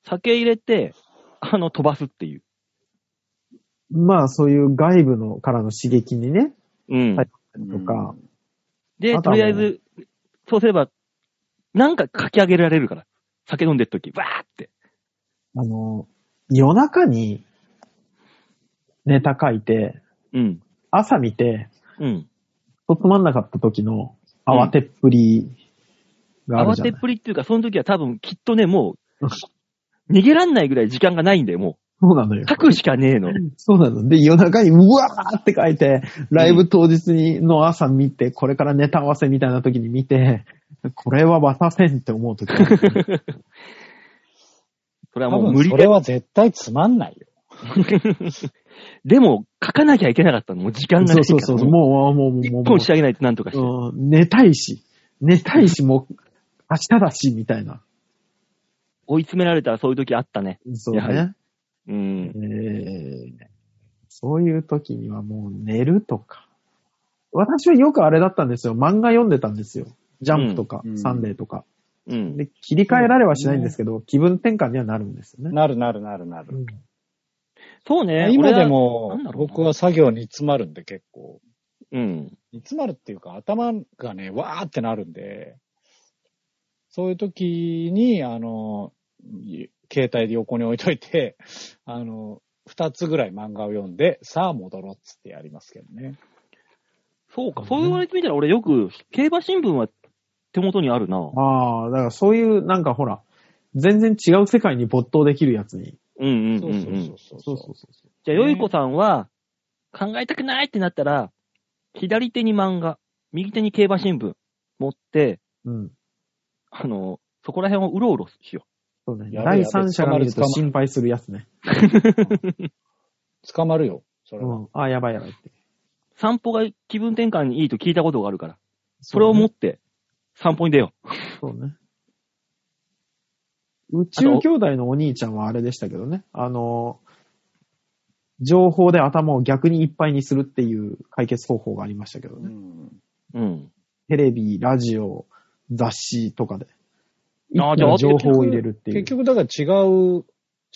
Speaker 2: 酒入れて、あの、飛ばすっていう。
Speaker 3: まあ、そういう外部のからの刺激にね、
Speaker 2: うん。
Speaker 3: はいとか、
Speaker 2: で、
Speaker 3: あと
Speaker 2: と
Speaker 3: は
Speaker 2: りあ
Speaker 3: も
Speaker 2: え
Speaker 3: う
Speaker 2: ず、そうすれば、なんか書き上げられるから。酒飲んでる時、わーって。
Speaker 3: あの、夜中にネタ書いて、
Speaker 2: うん。
Speaker 3: 朝見て、
Speaker 2: うん。
Speaker 3: とつまんなかった時の慌てっぷりがある
Speaker 2: 慌
Speaker 3: じゃな
Speaker 2: て
Speaker 3: い、
Speaker 2: っぷりっていうか、その時は多分きっとね、もう、逃げらんないぐらい時間がないんだよ、も
Speaker 3: そうなのよ
Speaker 2: う。。書くしかねえの。
Speaker 3: そうなの。で、夜中にうわーって書いて、ライブ当日にの朝見て、これからネタ合わせみたいな時に見て、これは渡せんって思う時ある
Speaker 2: それはも
Speaker 4: 多
Speaker 2: う
Speaker 4: 分
Speaker 2: 無理だ
Speaker 4: それ
Speaker 2: よ。
Speaker 4: は絶対つまんないよ。
Speaker 2: でも、書かなきゃいけなかったの、もう時間が
Speaker 3: そ
Speaker 2: ないうか
Speaker 3: そ
Speaker 2: ら。
Speaker 3: うそう。
Speaker 2: も
Speaker 3: もう、もう、もう、
Speaker 2: う、一
Speaker 3: もう、も
Speaker 2: 本仕上げないとなんとかして。
Speaker 3: ううん寝たいし、寝たいし、もう、明日だし、みたいな。
Speaker 2: 追い詰められたらそういう時あったね。
Speaker 3: そう
Speaker 2: やは
Speaker 3: ね。
Speaker 2: う
Speaker 3: え
Speaker 2: ん。
Speaker 3: ーそういう時にはもう寝るとか。私はよくあれだったんですよ。漫画読んでたんですよ。ジャンプとか、
Speaker 4: うん
Speaker 3: サンデーとか。
Speaker 2: うん。
Speaker 3: で、切り替えられはしないんですけど、気分転換にはなるんですよね。
Speaker 4: なるなるなるなる。
Speaker 2: そうね。
Speaker 4: 今
Speaker 2: 俺は
Speaker 4: でも
Speaker 2: なんだ、ろうな
Speaker 4: 僕は作業に詰まるんで結構。
Speaker 2: うん。
Speaker 4: 煮詰まるっていうか、頭がね、わーってなるんで、そういう時に、あの、い携帯で横に置いといて、 あの、二つぐらい漫画を読んで、さあ戻ろうっつってやりますけどね。
Speaker 2: そうか。そう言われてみたら、俺よく、競馬新聞は手元にあるな。
Speaker 3: ああ、だからそういう、なんかほら、全然違う世界に没頭できるやつに。
Speaker 2: うんうんうん、
Speaker 4: そううんそうそうそう。
Speaker 3: そうそうそう。
Speaker 2: じゃあ、よいこさんは、考えたくないってなったら、左手に漫画、右手に競馬新聞持って、
Speaker 3: うん。
Speaker 2: あの、そこら辺をうろうろしよ
Speaker 3: そうね。
Speaker 4: やべ
Speaker 3: 第三者が見る
Speaker 4: や
Speaker 3: と
Speaker 4: べ
Speaker 3: 心配するやつね。
Speaker 4: 捕まるよ、それ
Speaker 3: う
Speaker 4: は。
Speaker 3: ん。ああ、やばいやばいって。
Speaker 2: う。散歩が気分転換にいいと聞いたことがあるから、それを持
Speaker 3: も
Speaker 2: って散歩に出よ
Speaker 3: そうね。宇宙兄弟のお兄ちゃんはあれでしたけどね。あの、情報で頭を逆にいっぱいにするっていう解決方法がありましたけど
Speaker 4: う
Speaker 3: ね。
Speaker 4: ん
Speaker 2: う。うん。
Speaker 3: テレビ、ラジオ、雑誌とかで。
Speaker 2: あー
Speaker 3: 一気
Speaker 2: じゃあ
Speaker 3: に情報を入れるっていう
Speaker 4: 結。局、だから違う、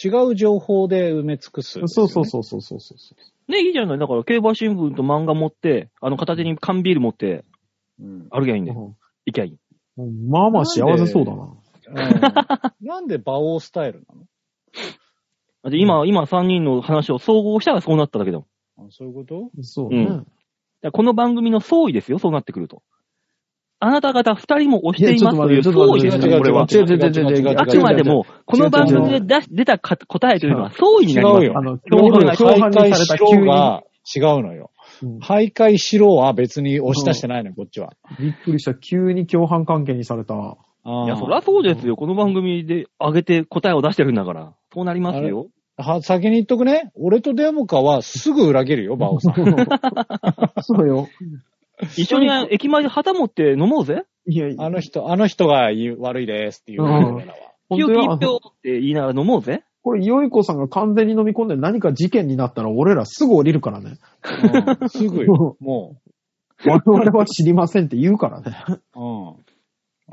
Speaker 4: 違う情報で埋め尽くす、
Speaker 3: そうそうそうそうそうそう。
Speaker 2: ね、いいじゃない。だから、競馬新聞と漫画持って、あの、片手に缶ビール持って
Speaker 4: う。うん。
Speaker 2: 歩きゃいいんだよ。
Speaker 3: う
Speaker 2: 行きゃいい。
Speaker 3: んまあまあ幸せそうだな。
Speaker 4: うんなんで馬王スタイルな
Speaker 2: だって今、今3人の話を総合したらそうなっただけだもん。
Speaker 4: のあそういうこと
Speaker 3: そうね。
Speaker 2: うんだからこの番組の総意ですよ、そうなってくると。あなた方二人も推していますという
Speaker 3: ちょっと
Speaker 2: 総意で
Speaker 3: 待
Speaker 2: す
Speaker 3: って、
Speaker 4: 違
Speaker 2: よ、
Speaker 4: う
Speaker 2: これは。
Speaker 3: 違う違う違う違う違う違う。
Speaker 2: あくまでも、この番組
Speaker 3: 違
Speaker 2: で
Speaker 3: う
Speaker 2: 出し出たか答えというのは総意になりま
Speaker 4: 違
Speaker 2: す
Speaker 4: うよ
Speaker 3: あの、
Speaker 2: 共同
Speaker 3: 共犯にされた
Speaker 4: し
Speaker 3: 急
Speaker 4: ろ
Speaker 3: に、
Speaker 4: が違うのよ。
Speaker 3: うん
Speaker 4: 徘徊しろは別に押し出してないのよ、こっちは。
Speaker 3: びっくりした。急に共犯関係にされた。
Speaker 2: い
Speaker 4: い
Speaker 2: や、そりゃそうですよ。この番組で上げて答えを出してるんだから。そうなりますよ。
Speaker 4: は、先に言っとくね。俺とデモカはすぐ裏切るよ、馬王さん。
Speaker 3: そうよ。
Speaker 2: 一緒に駅前で旗持って飲もうぜ。
Speaker 3: いや、いや
Speaker 4: あの人、あの人が言う悪いですっていう、
Speaker 3: うん
Speaker 4: 俺らは。
Speaker 3: 本
Speaker 2: 清き一
Speaker 3: 当よあの
Speaker 2: 票って言いながら飲もうぜ。
Speaker 3: これ、よいこさんが完全に飲み込んで何か事件になったら俺らすぐ降りるからね。
Speaker 4: うんすぐよ、も
Speaker 3: 我々は知りませんって言うからね。
Speaker 4: う。うん。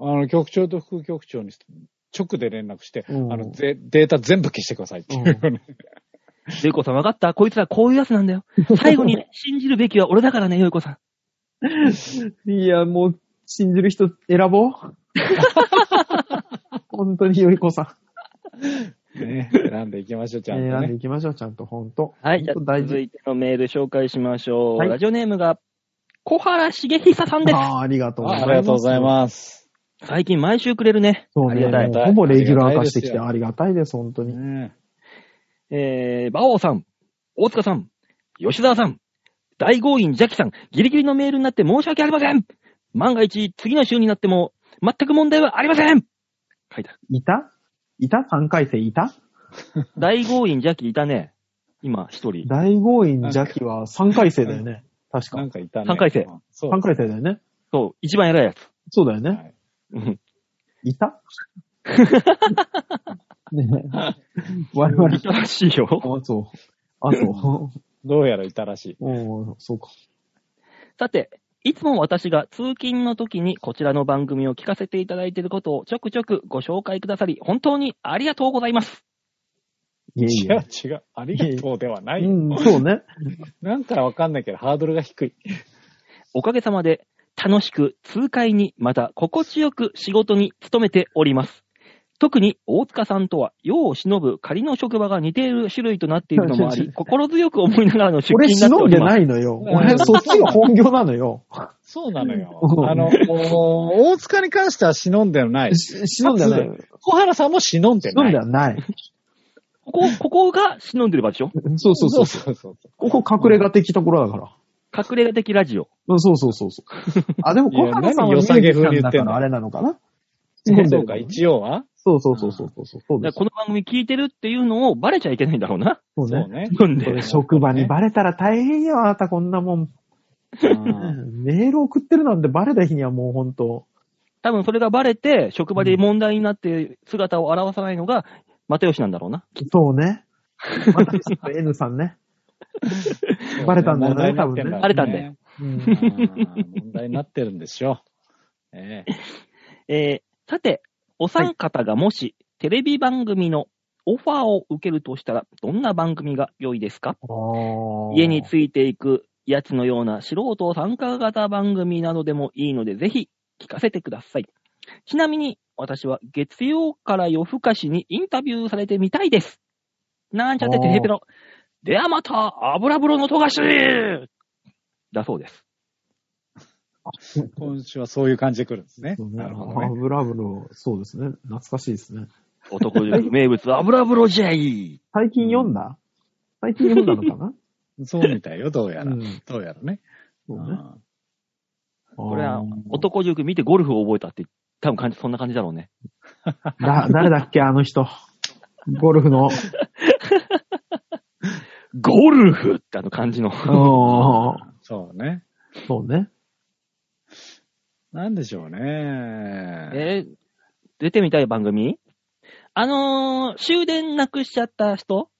Speaker 4: あの、局長と副局長に直で連絡して、
Speaker 3: うん
Speaker 4: あの、ぜデータ全部消してくださいっていうね。
Speaker 2: よいこさん分かったこいつらこういうやつなんだよ。最後 に信じるべきは俺だからね、よいこさん。
Speaker 3: いや、もう、信じる人選 ぼう。本当によいこさん。
Speaker 4: ね選んでいきましょう、ちゃんと
Speaker 3: 選んで
Speaker 4: ね。
Speaker 3: いきましょう、ちゃんと、本当。
Speaker 2: はい、じゃ
Speaker 3: 本当
Speaker 2: あ
Speaker 3: 大
Speaker 2: 続
Speaker 3: 事。
Speaker 2: いてのメール紹介しましょう。
Speaker 3: はい
Speaker 2: ラジオネームが、小原茂久さんです。
Speaker 3: ああー、ありがとうございます。
Speaker 4: あありがとうございます。
Speaker 2: 最近毎週くれるね。
Speaker 3: そう
Speaker 2: あり
Speaker 3: ね、
Speaker 2: がたい。
Speaker 3: もうほぼレギュラー化してきて
Speaker 4: あ
Speaker 3: ありがたいです、本当に。
Speaker 4: ね
Speaker 2: えー、馬王さん、大塚さん、吉沢さん、大豪院ジャキさん、ギリギリのメールになって申し訳ありません万が一、次の週になっても、全く問題はありません書いてある。
Speaker 3: いたいた ?3 回生いた
Speaker 2: 大豪院ジャキいたね。今、一人。
Speaker 3: 大豪院邪気は3回生だよね。確
Speaker 4: な
Speaker 3: か
Speaker 4: ん。かいたね。
Speaker 2: 三回生
Speaker 4: うん。そう。
Speaker 3: 3回生だよね。
Speaker 2: そう、一番偉いやつ。
Speaker 3: そうだよね。
Speaker 4: はい
Speaker 2: うん
Speaker 3: い たねえ我々。
Speaker 2: いたらしいよ。
Speaker 3: あ、そう。あ、そう。
Speaker 4: どうやらいたらし い。
Speaker 3: おーそうか。
Speaker 2: さて、いつも私が通勤の時にこちらの番組を聞かせていただいていることをちょくちょくご紹介くださり、本当にありがとうございます。
Speaker 3: いえ
Speaker 4: 違
Speaker 3: いえ
Speaker 4: う違う。ありがとうではな。い。
Speaker 3: うん、そうね。
Speaker 4: なんかわかんないけど、ハードルが低い。
Speaker 2: おかげさまで楽しく痛快にまた心地よく仕事に勤めております。特に大塚さんとは、世を忍ぶ仮の職場が似ている種類となっているのもあり、心強く思いながらの出勤
Speaker 3: 俺
Speaker 2: になって
Speaker 3: 忍
Speaker 2: お
Speaker 3: ん
Speaker 2: り
Speaker 3: で
Speaker 2: ます。
Speaker 3: ないのよ。
Speaker 4: うん
Speaker 3: 俺、そっちが本業なのよ。
Speaker 4: そうなのよ
Speaker 3: う。ん
Speaker 4: あの、もう大塚に関しては忍んではない。
Speaker 3: し忍んではない。
Speaker 4: 小原さんも忍んで
Speaker 3: 忍
Speaker 4: なんい
Speaker 3: で。はない。
Speaker 2: ここ、ここが忍んでる場所でしょ
Speaker 3: そうそうそう。
Speaker 4: そうそうそう。
Speaker 3: ここ隠れ家的ところだから。
Speaker 2: 隠れ家的ラジオ。
Speaker 3: うん、そうそうそうそう。 あ、でも、
Speaker 4: いや
Speaker 3: 小原さんは
Speaker 4: 何良さげ風に
Speaker 3: ミュージシャン
Speaker 4: 言っ
Speaker 3: だ
Speaker 4: て
Speaker 3: か
Speaker 4: んの
Speaker 3: らあれなのかな
Speaker 4: そうか、一応は。
Speaker 3: そうそうそうそうそう。そう
Speaker 2: だ
Speaker 3: で
Speaker 2: から
Speaker 3: す
Speaker 2: この番組聞いてるっていうのをバレちゃいけないんだろうな。
Speaker 3: そう
Speaker 4: そう
Speaker 3: ね。
Speaker 4: ね。
Speaker 2: なんで
Speaker 3: こ。れ職場にバレたら大変よ、あなたこんなもん。メール送ってるなんてバレた日にはもう本当。
Speaker 2: 多分それがバレて、職場で問題になって姿を現さないのが、又吉なんだろうな。
Speaker 3: そうね。また N さんね。バレたんだよね多分ね
Speaker 2: バレたんだよ。
Speaker 3: うん
Speaker 4: 問題になってるんですよ。ええ
Speaker 2: えーさて、お三方がもし、テレビ番組のオファーを受けるとしたら、どんな番組が良いですか家についていくやつのような素人参加型番組などでもいいので、ぜひ聞かせてください。ちなみに、私は月曜から夜更かしにインタビューされてみたいです。なんちゃってテレペロ。ではまた、油風呂の富樫だそうです。
Speaker 4: 今週はそういう感じで来るんですね。
Speaker 3: そうね
Speaker 4: なるほどね。
Speaker 3: 油風呂、そうですね。懐かしいですね。
Speaker 2: 男塾名物、油風呂じゃい
Speaker 3: 最近読んだ、最近読んだのか
Speaker 4: そうみたいよ、どう や
Speaker 3: な
Speaker 4: ら。
Speaker 3: ん。
Speaker 4: どうやらね。
Speaker 3: そううんね。
Speaker 2: これは
Speaker 3: あー、
Speaker 2: 男塾見てゴルフを覚えたって、多分感じ、そんな感じだろうね。
Speaker 3: だ、誰だっけ、あの人。ゴルフ の。
Speaker 2: ゴルフってあの感じの。
Speaker 3: おー
Speaker 4: そうね。
Speaker 3: そうね。
Speaker 4: なんでしょうね。
Speaker 2: えー出てみたい番組あのー終電なくしちゃった人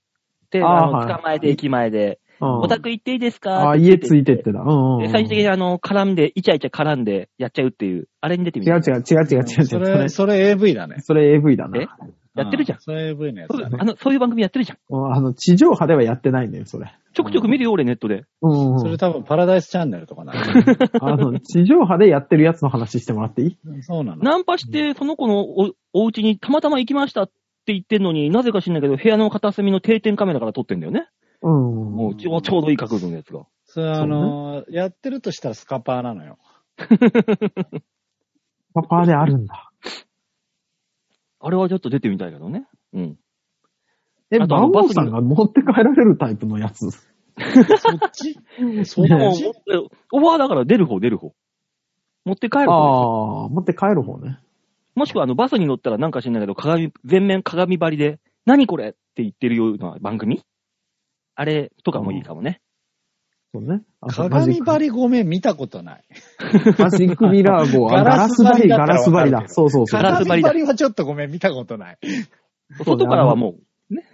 Speaker 2: って、
Speaker 3: あー
Speaker 2: あの
Speaker 3: はい
Speaker 2: 捕まえて駅前で、
Speaker 3: うん
Speaker 2: お宅行っていいですか
Speaker 3: あ
Speaker 2: っ
Speaker 3: ー、
Speaker 2: て
Speaker 3: 家ついてっ
Speaker 2: で
Speaker 3: てだ。うんうんうん。
Speaker 2: 最終的
Speaker 3: 違
Speaker 2: にあの、絡んで、イチャイチャ絡んでやっちゃうっていう、あれに出てみ
Speaker 3: う
Speaker 2: た
Speaker 3: 違。
Speaker 2: いう
Speaker 3: 違う違う違う違う。
Speaker 4: そ
Speaker 3: そ
Speaker 4: れ、
Speaker 3: れ、
Speaker 4: それ AV だね。
Speaker 3: それ AV だな
Speaker 2: え。やってるじゃん
Speaker 4: う。それ AV のやつ
Speaker 2: そう
Speaker 4: だね。
Speaker 2: あの、そういう番組やってるじゃん。
Speaker 3: うんあの、地上波ではやってないんだよ、それ。
Speaker 2: ちょくちょく見るよ、俺、ネットで。
Speaker 3: うんう
Speaker 4: そ
Speaker 3: ん
Speaker 4: れ。多分パラダイスチャンネルとかなんだよ
Speaker 3: あの、地上波でやってるやつの話してもらっていい
Speaker 4: ねそうなの。
Speaker 2: ナンパして、その子のおお家にたまたま行きましたって言ってんのに、なぜか知んないけど、部屋の片隅の定点カメラから撮ってんだよね。
Speaker 3: うんうん。
Speaker 2: もうちょちょうどいい角度のやつが。
Speaker 4: それはあのー、やってるとしたらスカパーなのよ。
Speaker 3: パパであるんだ。
Speaker 2: あれはちょっと出てみたいけどね。うん。
Speaker 3: え、
Speaker 2: あと
Speaker 3: バンボーさんが持って帰られるタイプのやつ。
Speaker 4: そっちそっ
Speaker 2: でも
Speaker 4: ち
Speaker 2: 持ってオファーだから出る方、出る方。持って帰る方。
Speaker 3: ああ、持って帰る方ね。
Speaker 2: もしくは、あの、バスに乗ったらなんか知んないけど、鏡、全面鏡張りで、何これって言ってるような番組あれとかもいいかもね。
Speaker 3: そうね。あと
Speaker 4: 鏡張りごめん見たことない。
Speaker 3: マジックミラー号はガ
Speaker 4: ガラ
Speaker 3: ラ
Speaker 4: ス
Speaker 3: ス
Speaker 4: 張
Speaker 3: 張
Speaker 4: り
Speaker 3: り、
Speaker 4: だった
Speaker 3: ガ
Speaker 4: ら
Speaker 3: ラス張り
Speaker 4: わか
Speaker 3: だ
Speaker 4: る。けど
Speaker 3: そうそうそう。
Speaker 2: ガラス張り
Speaker 4: 鏡
Speaker 2: だ
Speaker 4: 張りはちょっとごめん見たことない。
Speaker 3: そうね
Speaker 2: 外からはもう、ね。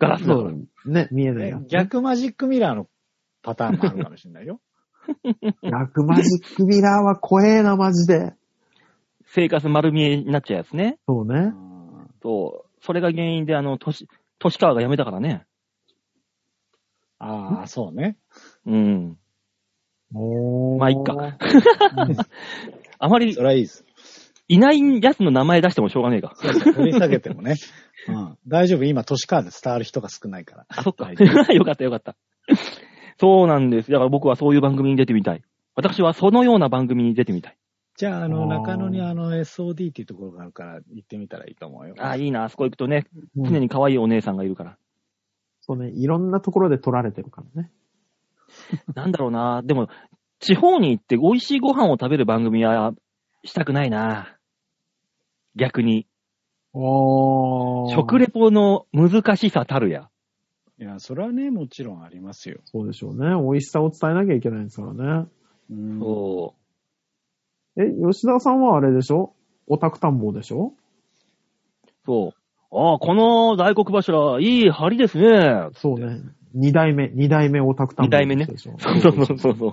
Speaker 2: ガラスだ
Speaker 3: そ
Speaker 2: から。
Speaker 3: うね、見えないよ。
Speaker 4: 逆マジックミラーのパターンもあるかもしれないよ。
Speaker 3: 逆マジックミラーは怖えな、マジで。
Speaker 2: 生活丸見えになっちゃうやつね。
Speaker 3: そうね。
Speaker 2: そう。それが原因で、あの、とし、としかわが辞めたからね。
Speaker 4: ああ、そうね。
Speaker 2: うん。
Speaker 3: お
Speaker 2: まあいっか。あまり
Speaker 4: そ、れはいいです。
Speaker 2: いないやつの名前出してもしょうがねえか。
Speaker 4: そうそう取り下げてもね。うん、大丈夫、今、都市間で伝わる人が少ないから。
Speaker 2: あ、そっか。
Speaker 4: 大丈
Speaker 2: よかったよかった。そうなんです。だから僕はそういう番組に出てみたい。私はそのような番組に出てみたい。
Speaker 4: じゃあ、あ
Speaker 3: あ
Speaker 4: の、
Speaker 3: ー
Speaker 4: 中野にあの、SOD っていうところがあるから、行ってみたらいいと思うよ。
Speaker 2: ああ、いいな。あそこ行くとね、
Speaker 3: うん
Speaker 2: 常に可愛いお姉さんがいるから。
Speaker 3: そうね、いろんなところで撮られてるからね。
Speaker 2: なんだろうな。でも、地方に行って美味しいご飯を食べる番組はしたくないな。逆に。
Speaker 3: おー。
Speaker 2: 食レポの難しさたるや。
Speaker 4: いや、それはね、もちろんありますよ。
Speaker 3: そうでしょうね。美味しさを伝えなきゃいけないですからね。
Speaker 4: うん
Speaker 2: そ
Speaker 3: え、吉田さんはあれでしょオタク探訪でしょ
Speaker 2: う。そう。ああ、この大黒柱、いい針ですね。
Speaker 3: そうね。二代目、二代目オタク探訪
Speaker 2: 二代目ね
Speaker 3: でしょ。
Speaker 2: そうそうそうそうそ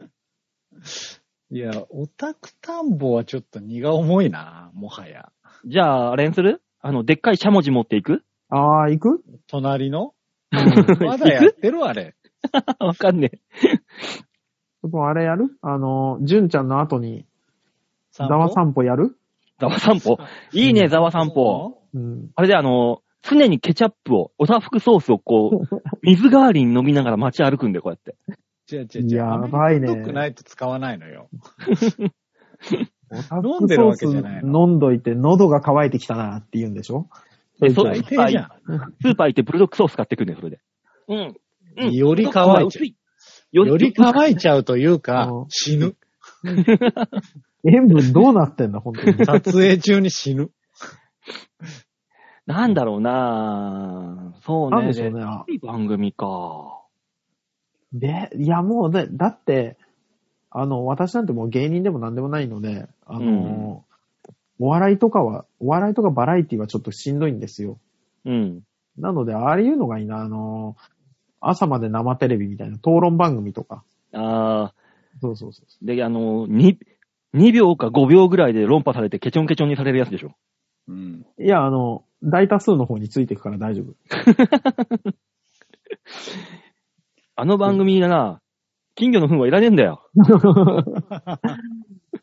Speaker 2: う。
Speaker 4: いや、オタク探訪はちょっと荷が重いな、もはや。
Speaker 2: じゃあ、あれにするあの、でっかいしゃもじ持っていく
Speaker 3: あー、行く
Speaker 4: 隣の
Speaker 2: 行
Speaker 4: まだやっ
Speaker 2: く
Speaker 4: てるあれ。
Speaker 2: わかんねえ。
Speaker 3: ちょっとあれやるあの、純ちゃんの後に、ざわ
Speaker 4: ん
Speaker 3: 散歩やる
Speaker 2: ざわ散歩。いいね、ざわ散歩。。
Speaker 3: うん。
Speaker 2: あれであの、常にケチャップを、おたふくソースをこう、水代わりに飲みながら街歩くんだよ、こうやって。
Speaker 4: 違う違う違う。
Speaker 3: やばいね
Speaker 4: アメリカンドッグないと使わないのよ。
Speaker 3: オタ
Speaker 4: 飲んでるわけじゃないの
Speaker 3: 飲んどいて、喉が渇いてきたなって言うんでし ょ
Speaker 2: でそう
Speaker 4: 最低じゃん。
Speaker 2: スーパー行ってブルドックソース買ってくんだよ、それで。うん。うん。
Speaker 4: より乾いちゃう
Speaker 2: よ
Speaker 4: より乾いちゃうというか
Speaker 3: うん、
Speaker 4: 死ぬ。
Speaker 3: 塩分どうなってんだ、本当に。
Speaker 4: 撮影中に死ぬ。
Speaker 2: なんだろうなぁ。そうね。
Speaker 3: なんでしょうね。
Speaker 2: いい番組か。
Speaker 3: で、いやもうね、だって、あの、私なんてもう芸人でも何でもないので、あの、お笑いとかは、お笑いとかバラエティはちょっとしんどいんですよ。
Speaker 2: うん。
Speaker 3: なので、ああいうのがいいな、あの、朝まで生テレビみたいな、討論番組とか。
Speaker 2: あ
Speaker 3: そうそうそう。
Speaker 2: ー、で、あの、に、2秒か5秒ぐらいで論破されてケチョンケチョンにされるやつでしょ。
Speaker 4: うん。
Speaker 3: いや、あの、大多数の方についていくから大丈夫。
Speaker 2: あの番組だな、金魚の糞はいらねえんだよ。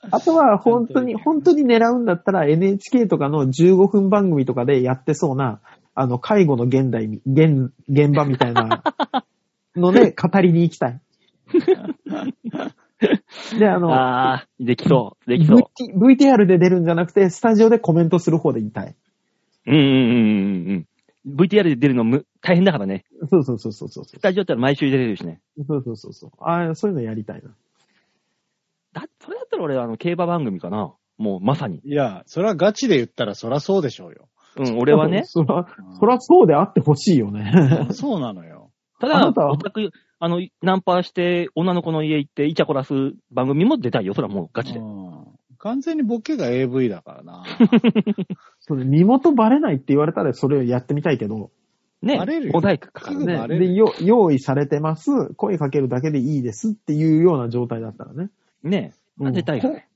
Speaker 3: あとは、本当に、本当に狙うんだったら、NHK とかの15分番組とかでやってそうな、あの、介護の現代み、現、現場みたいな ので、語りに行きたい。で、あの、
Speaker 2: あー、できそう。できそう。
Speaker 3: VT VTR で出るんじゃなくて、スタジオでコメントする方でいたい。
Speaker 2: うんうんうんうんうん。VTR で出るのむ大変だからね。
Speaker 3: そうそうそうそうそう。
Speaker 2: スタジオってのは毎週出れるしね。
Speaker 3: そうそうそうそう。ああ、そういうのやりたいな。。
Speaker 2: だ、それだったら俺、あの、競馬番組かな。もう、まさに。
Speaker 4: いや、それはガチで言ったらそらそうでしょ うよ。
Speaker 2: うん、俺はね
Speaker 3: そら、そらそうであってほしい よね。
Speaker 4: そうなのよ。
Speaker 2: た
Speaker 3: あ
Speaker 2: だ、
Speaker 3: なたは
Speaker 2: オタク、あの、ナンパして、女の子の家行って、イチャコラす番組も出たいよ。それはもう、ガチで
Speaker 4: う。ん完全にボケが AV だか らな。
Speaker 3: それ、身元バレないって言われたら、それをやってみたいけど、
Speaker 2: ね
Speaker 4: バレるよ
Speaker 2: モザイクかか
Speaker 4: す
Speaker 2: る
Speaker 4: ぐ
Speaker 2: ね。
Speaker 4: バレ
Speaker 3: ね、で、
Speaker 4: る
Speaker 3: よ、用意されてます。声かけるだけでいいですっていうような状態だったらね。
Speaker 2: ね
Speaker 3: うん
Speaker 2: 出たいよね。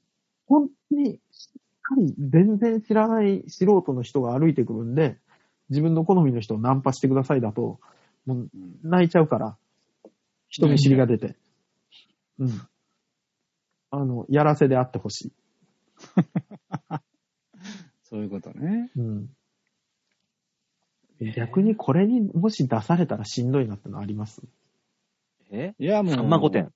Speaker 3: 本当に、しっかり全然知らない素人の人が歩いてくるんで、自分の好みの人をナンパしてくださいだと、もう
Speaker 4: うん
Speaker 3: 泣いちゃうから、人見知りが出て。うん。あの、やらせであってほし
Speaker 4: そういうことね。
Speaker 3: い。うん。逆にこれにもし出されたらしんどいなってのあります
Speaker 2: え
Speaker 4: いや、もう。
Speaker 2: さんま御殿。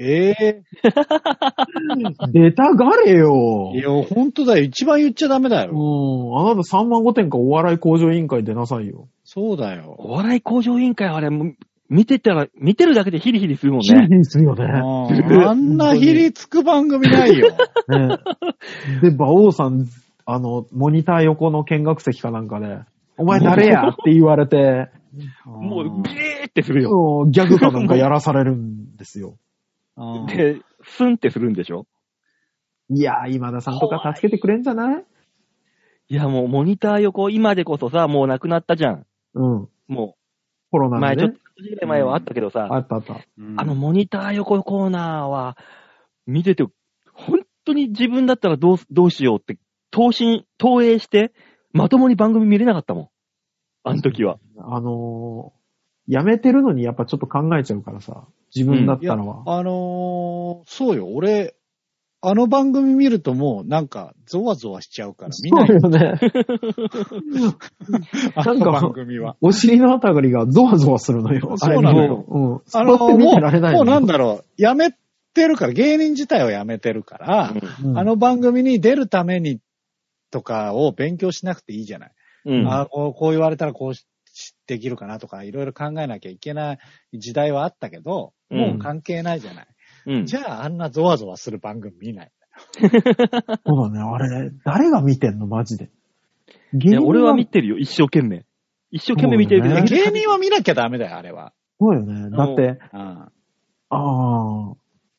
Speaker 4: ええ
Speaker 3: 出たがれよ
Speaker 4: いや、ほんとだよ。一番言っちゃダメだよ。
Speaker 3: うん。あなた3万5点かお笑い工場委員会出なさいよ。
Speaker 4: そうだよ。
Speaker 2: お笑い工場委員会はあれ、もう見てたら、見てるだけでヒリヒリするもん
Speaker 3: ヒリ
Speaker 2: ね。
Speaker 3: ヒリするよね。
Speaker 4: うんあんなひりつく番組ないよ。
Speaker 3: ねで、馬王さん、あの、モニター横の見学席かなんかで、お前誰 やって言われて、
Speaker 2: もう、ビ
Speaker 4: う
Speaker 2: ーってするよ。
Speaker 3: うんギャグかなんかやらされるんですよ。
Speaker 4: ん、
Speaker 2: で、スンってするんでしょ
Speaker 3: いやー、今田さんとか助けてくれんじゃない
Speaker 2: いや、もう、モニター横、今でこそさ、もうなくなったじゃん。
Speaker 3: うん。
Speaker 2: もう、
Speaker 3: コロナ
Speaker 2: 前、ち
Speaker 3: で
Speaker 2: ょっ
Speaker 3: ね
Speaker 2: と。ぐらい前はあったけどさ、
Speaker 3: あったあった。
Speaker 2: あの
Speaker 4: うん、
Speaker 2: モニター横コーナーは、見てて、本当に自分だったらどうどうしようって、投身、投影して、まともに番組見れなかったもん。あの時は。
Speaker 3: あのー、やめてるのにやっぱちょっと考えちゃうからさ、自分だったらは。
Speaker 4: あのーそうよ。俺、あの番組見るともう、なんか、ゾワゾワしちゃうから、見
Speaker 3: そ
Speaker 4: な
Speaker 3: う
Speaker 4: いよ。
Speaker 3: よね。
Speaker 4: あ
Speaker 3: なん
Speaker 4: の
Speaker 3: か
Speaker 4: 番組は。
Speaker 3: お尻のあたりがゾワゾワするのよ。
Speaker 4: そうなのよ
Speaker 3: よ。うん。
Speaker 4: あ
Speaker 3: 座
Speaker 4: の
Speaker 3: って
Speaker 4: ー
Speaker 3: 見
Speaker 4: も
Speaker 3: てられな
Speaker 4: う、
Speaker 3: いの
Speaker 4: もうなんだろう。やめてるから、芸人自体はやめてるから、
Speaker 3: うん
Speaker 4: あの番組に出るためにとかを勉強しなくていいじゃない。
Speaker 2: うん。
Speaker 4: あこうこう言われたらこうしできるかなとか、いろいろ考えなきゃいけない時代はあったけど、もう関係ないじゃない。
Speaker 2: うん。
Speaker 4: じゃあ、あんなゾワゾワする番組見ない。
Speaker 3: そうだね、あれ、誰が見てんの、マジで。
Speaker 2: い
Speaker 3: 芸
Speaker 2: や俺は見
Speaker 3: て
Speaker 2: てるよ、一生懸命。一生懸命見てるけ
Speaker 3: そう
Speaker 2: ど、
Speaker 3: だね
Speaker 2: 芸
Speaker 4: 芸人は見なきゃダメだよ、あれは。
Speaker 3: そうよね。だって、
Speaker 4: うん。
Speaker 3: ああ、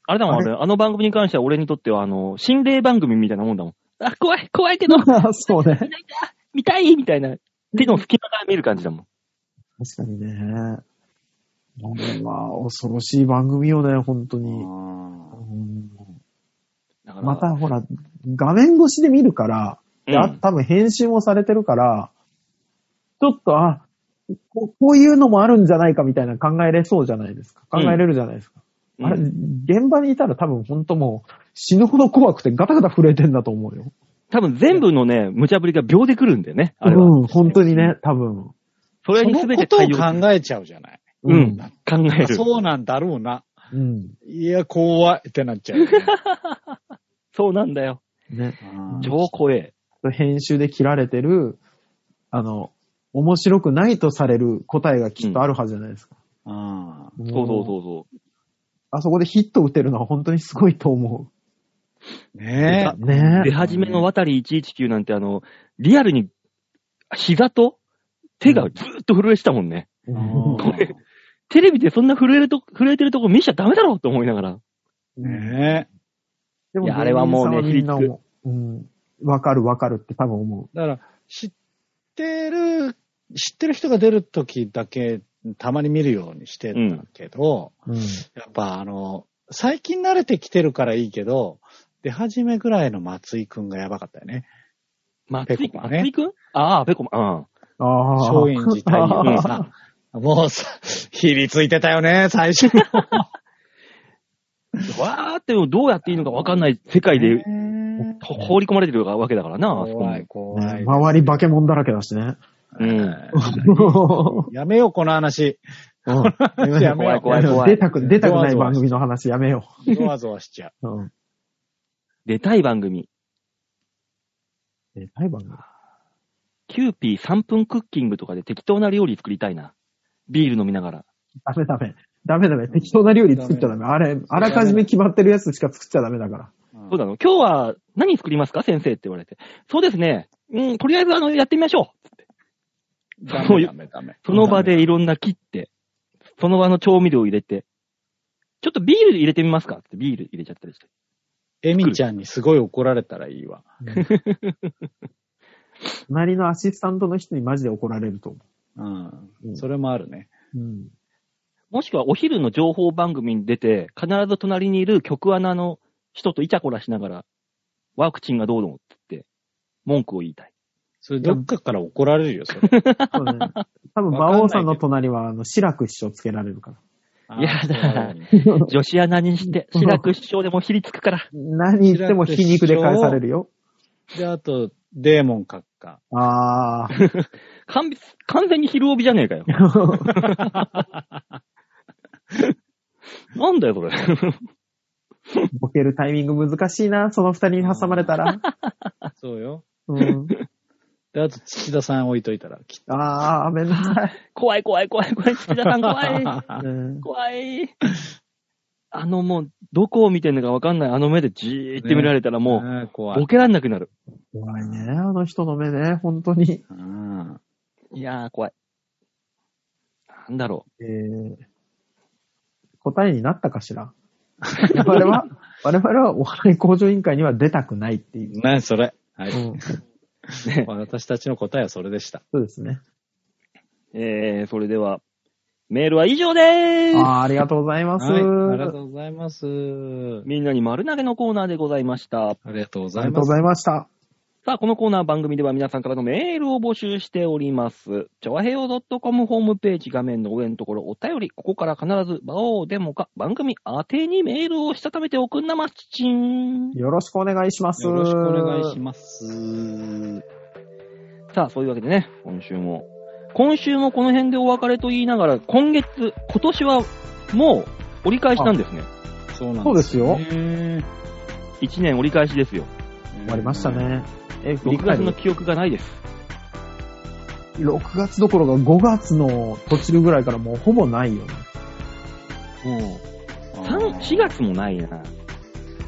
Speaker 2: あれだもん、あ
Speaker 3: あ
Speaker 2: れ
Speaker 3: れ
Speaker 2: あの番組に関しては俺にとっては、あの、心霊番組みたいなもんだもん。あ、怖い、怖いけど、
Speaker 3: そうね。
Speaker 2: 見たいみたいな。手の隙間から見る感じだもん。
Speaker 3: 確かにね。これは恐ろしい番組よね、本当に。うん
Speaker 2: だから
Speaker 3: ま、たほら、画面越しで見るから、
Speaker 2: う
Speaker 3: であ
Speaker 2: ん、
Speaker 3: 多分編集もされてるから、ちょっと、あこ、こういうのもあるんじゃないかみたいな考えれそうじゃないですか。考えれるじゃないですか。あれ、
Speaker 2: うん
Speaker 3: 現場にいたら多分本当もう死ぬほど怖くてガタガタ震えてんだと思うよ。
Speaker 2: 多分全部のね、無茶ぶりが秒で来るんだよね、あれは。
Speaker 3: うん、本当にね、多分。
Speaker 2: それ
Speaker 4: そ
Speaker 2: に
Speaker 4: の
Speaker 2: 全
Speaker 4: こ
Speaker 2: て
Speaker 4: とを
Speaker 2: 対応
Speaker 4: 考えちゃうじゃない。
Speaker 2: うん、考える。
Speaker 4: そうなんだろうな。
Speaker 3: うん。
Speaker 4: いや、怖いってなっちゃうよね。
Speaker 2: そうなんだよ。
Speaker 3: ね。
Speaker 4: うん
Speaker 2: 超怖え。
Speaker 3: 編集で切られてる、あの、面白くないとされる答えがきっとあるはずじゃないですか。
Speaker 4: うん
Speaker 2: そうそう
Speaker 3: う。
Speaker 2: そうそう。
Speaker 3: あそこでヒット打てるのは本当にすごいと思う。
Speaker 4: ねえ。
Speaker 3: ね
Speaker 2: 出始めの渡り119なんて、あの、リアルに、膝と手がずーっと震えてたもんね。
Speaker 3: え。
Speaker 4: うん
Speaker 2: テレビでそんな震えると、震えてるとこ見ちゃダメだろうと思いながら。
Speaker 4: ねえ。
Speaker 3: で
Speaker 2: いやあれはもうね
Speaker 3: 芸人さんはみんなもう、うん、わかるわかるって多分思
Speaker 4: だから、知ってる、知ってる人が出るときだけ、たまに見るようにしてたけど、
Speaker 3: う。うん。
Speaker 4: やっぱあの、最近慣れてきてるからいいけど、出始めぐらいの松井くんがやばかったよね。
Speaker 2: 松
Speaker 4: ペ
Speaker 2: 井、
Speaker 4: コマね
Speaker 2: 松井くんああ、ペコマ、うん。
Speaker 3: ああ。
Speaker 4: 松陰寺太陽のさ、もうさ、ひりついてたよね、最初の。
Speaker 2: わーってどうやっていいのかわかんない世界で
Speaker 4: ね
Speaker 2: ほ放り込まれてるわけだからな、あそこ
Speaker 4: 怖
Speaker 2: に
Speaker 4: い、。怖
Speaker 3: ね
Speaker 4: い。
Speaker 3: 周り化け物だらけだしね。
Speaker 2: うん。
Speaker 4: やめよう、この話。やめよう。
Speaker 2: 怖い怖い
Speaker 3: 出たく、出たくない番組の話やめよ
Speaker 4: ゾワゾワしちゃう。
Speaker 3: う。うん。
Speaker 2: 出たい番組。
Speaker 3: 出たい番組。
Speaker 2: キューピー3分クッキングとかで適当な料理作りたいな。ビール飲みながら。
Speaker 3: ダメダメ。ダメダメ。適当な料理作っちゃダメ。あれ、あらかじめ決まってるやつしか作っちゃダメだから。
Speaker 2: そうだの。今日は何作りますか先生って言われて。そうですね。うん、とりあえずあの、やってみましょう。
Speaker 4: ダメダメダメ。
Speaker 2: その場でいろんな切って、その場の調味料を入れて、ちょっとビール入れてみますかってビール入れちゃったりして。
Speaker 4: エミちゃんにすごい怒られたらいいわ。
Speaker 3: 隣のアシスタントの人にマジで怒られると思
Speaker 4: うん
Speaker 3: う。ん
Speaker 4: それもあるね。
Speaker 3: う。うん。
Speaker 2: もしくはお昼の情報番組に出て、必ず隣にいる局アナの人とイチャコラしながら、ワクチンがどうのって言って、文句を言いたい。
Speaker 4: それどっかから怒られるよ、それ。
Speaker 3: そうね。多分、馬王さんの隣は、あの、志らく師匠つけられるから。
Speaker 2: やだ
Speaker 4: あー。
Speaker 2: 女子アナにして、志らく師匠でもひりつくから。
Speaker 3: 何言っても皮肉で返されるよ。
Speaker 4: で、あと、デーモン閣下。
Speaker 3: ああ。
Speaker 2: 完璧完全に昼帯じゃねえ かよ。なんだよ、それ。
Speaker 3: ボケるタイミング難しいな、その二人に挟まれたら。
Speaker 4: そうよ。
Speaker 3: うん。
Speaker 4: で、あと、土田さん置いといたら、きっ
Speaker 3: ああ、めんどくさい。
Speaker 2: 怖い怖い怖い怖い、土田さん怖 い。
Speaker 4: と。
Speaker 3: うん
Speaker 2: 怖い。あのもう、どこを見てんのかわかんないあの目でじーって見られたらも
Speaker 4: ね
Speaker 2: う、
Speaker 4: 怖
Speaker 2: ボ
Speaker 4: い。
Speaker 2: ケらんなくなる。
Speaker 3: 怖いね、あの人の目ね、本当に。
Speaker 4: うん
Speaker 2: いやー、怖い。なんだろ
Speaker 3: えー、答えになったかしら 我々は、我々はお笑い向上委員会には出たくないっていう。
Speaker 4: 何それ。は
Speaker 3: う
Speaker 4: い。
Speaker 3: ん、
Speaker 2: う。ね。
Speaker 4: 私たちの答えはそれでした。
Speaker 3: そうですね。
Speaker 2: えー、それでは、メールは以上でーす。
Speaker 3: あーありがとうございます。
Speaker 4: はい。ありがとうございます。
Speaker 2: みんなに丸投げのコーナーでございました。
Speaker 4: ありがとうご
Speaker 3: あ
Speaker 4: ざ
Speaker 3: り
Speaker 4: い
Speaker 3: がとうご
Speaker 4: ます。
Speaker 3: ざいました。
Speaker 2: さあ、このコーナー番組では皆さんからのメールを募集しております。ちょわへよ .com ホームページ画面の上のところお便り、ここから必ず、馬王デモか番組宛てにメールをしたためておくんなまっちん。
Speaker 3: よろしくお願いします。
Speaker 4: よろしくお願いし
Speaker 3: ま
Speaker 4: ます。
Speaker 2: さあ、そういうわけでね、今週も。今週もこの辺でお別れと言いながら、今月、今年はもう折り返しなんですね。
Speaker 4: そうなん
Speaker 3: そうですよ
Speaker 4: ね
Speaker 2: 1年折り返しですよ。
Speaker 3: 終わりました。ね。え、振り
Speaker 2: 6
Speaker 3: 返
Speaker 2: 月
Speaker 3: る
Speaker 2: の記憶がないです。
Speaker 3: 6月どころか5月の途中ぐらいからもうほぼないよね。
Speaker 2: もう、3、4月もないな。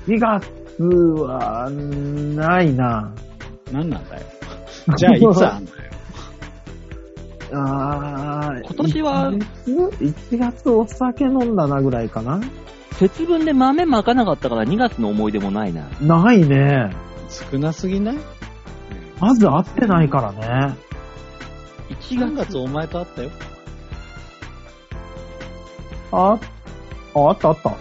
Speaker 3: 2月は、ないな。
Speaker 4: 何なんだよ。じゃあ、いつあんだよ。
Speaker 3: あー
Speaker 2: 今年は
Speaker 3: 1月お酒飲んだなぐらいかな
Speaker 2: 節分で豆まかなかったから2月の思い出もないな。
Speaker 3: ないね。
Speaker 4: 少なすぎない
Speaker 3: まず会ってないからね。
Speaker 2: 1
Speaker 4: ?3
Speaker 2: 月、
Speaker 4: 月お前と会ったよ。
Speaker 3: あ、ああったあ った。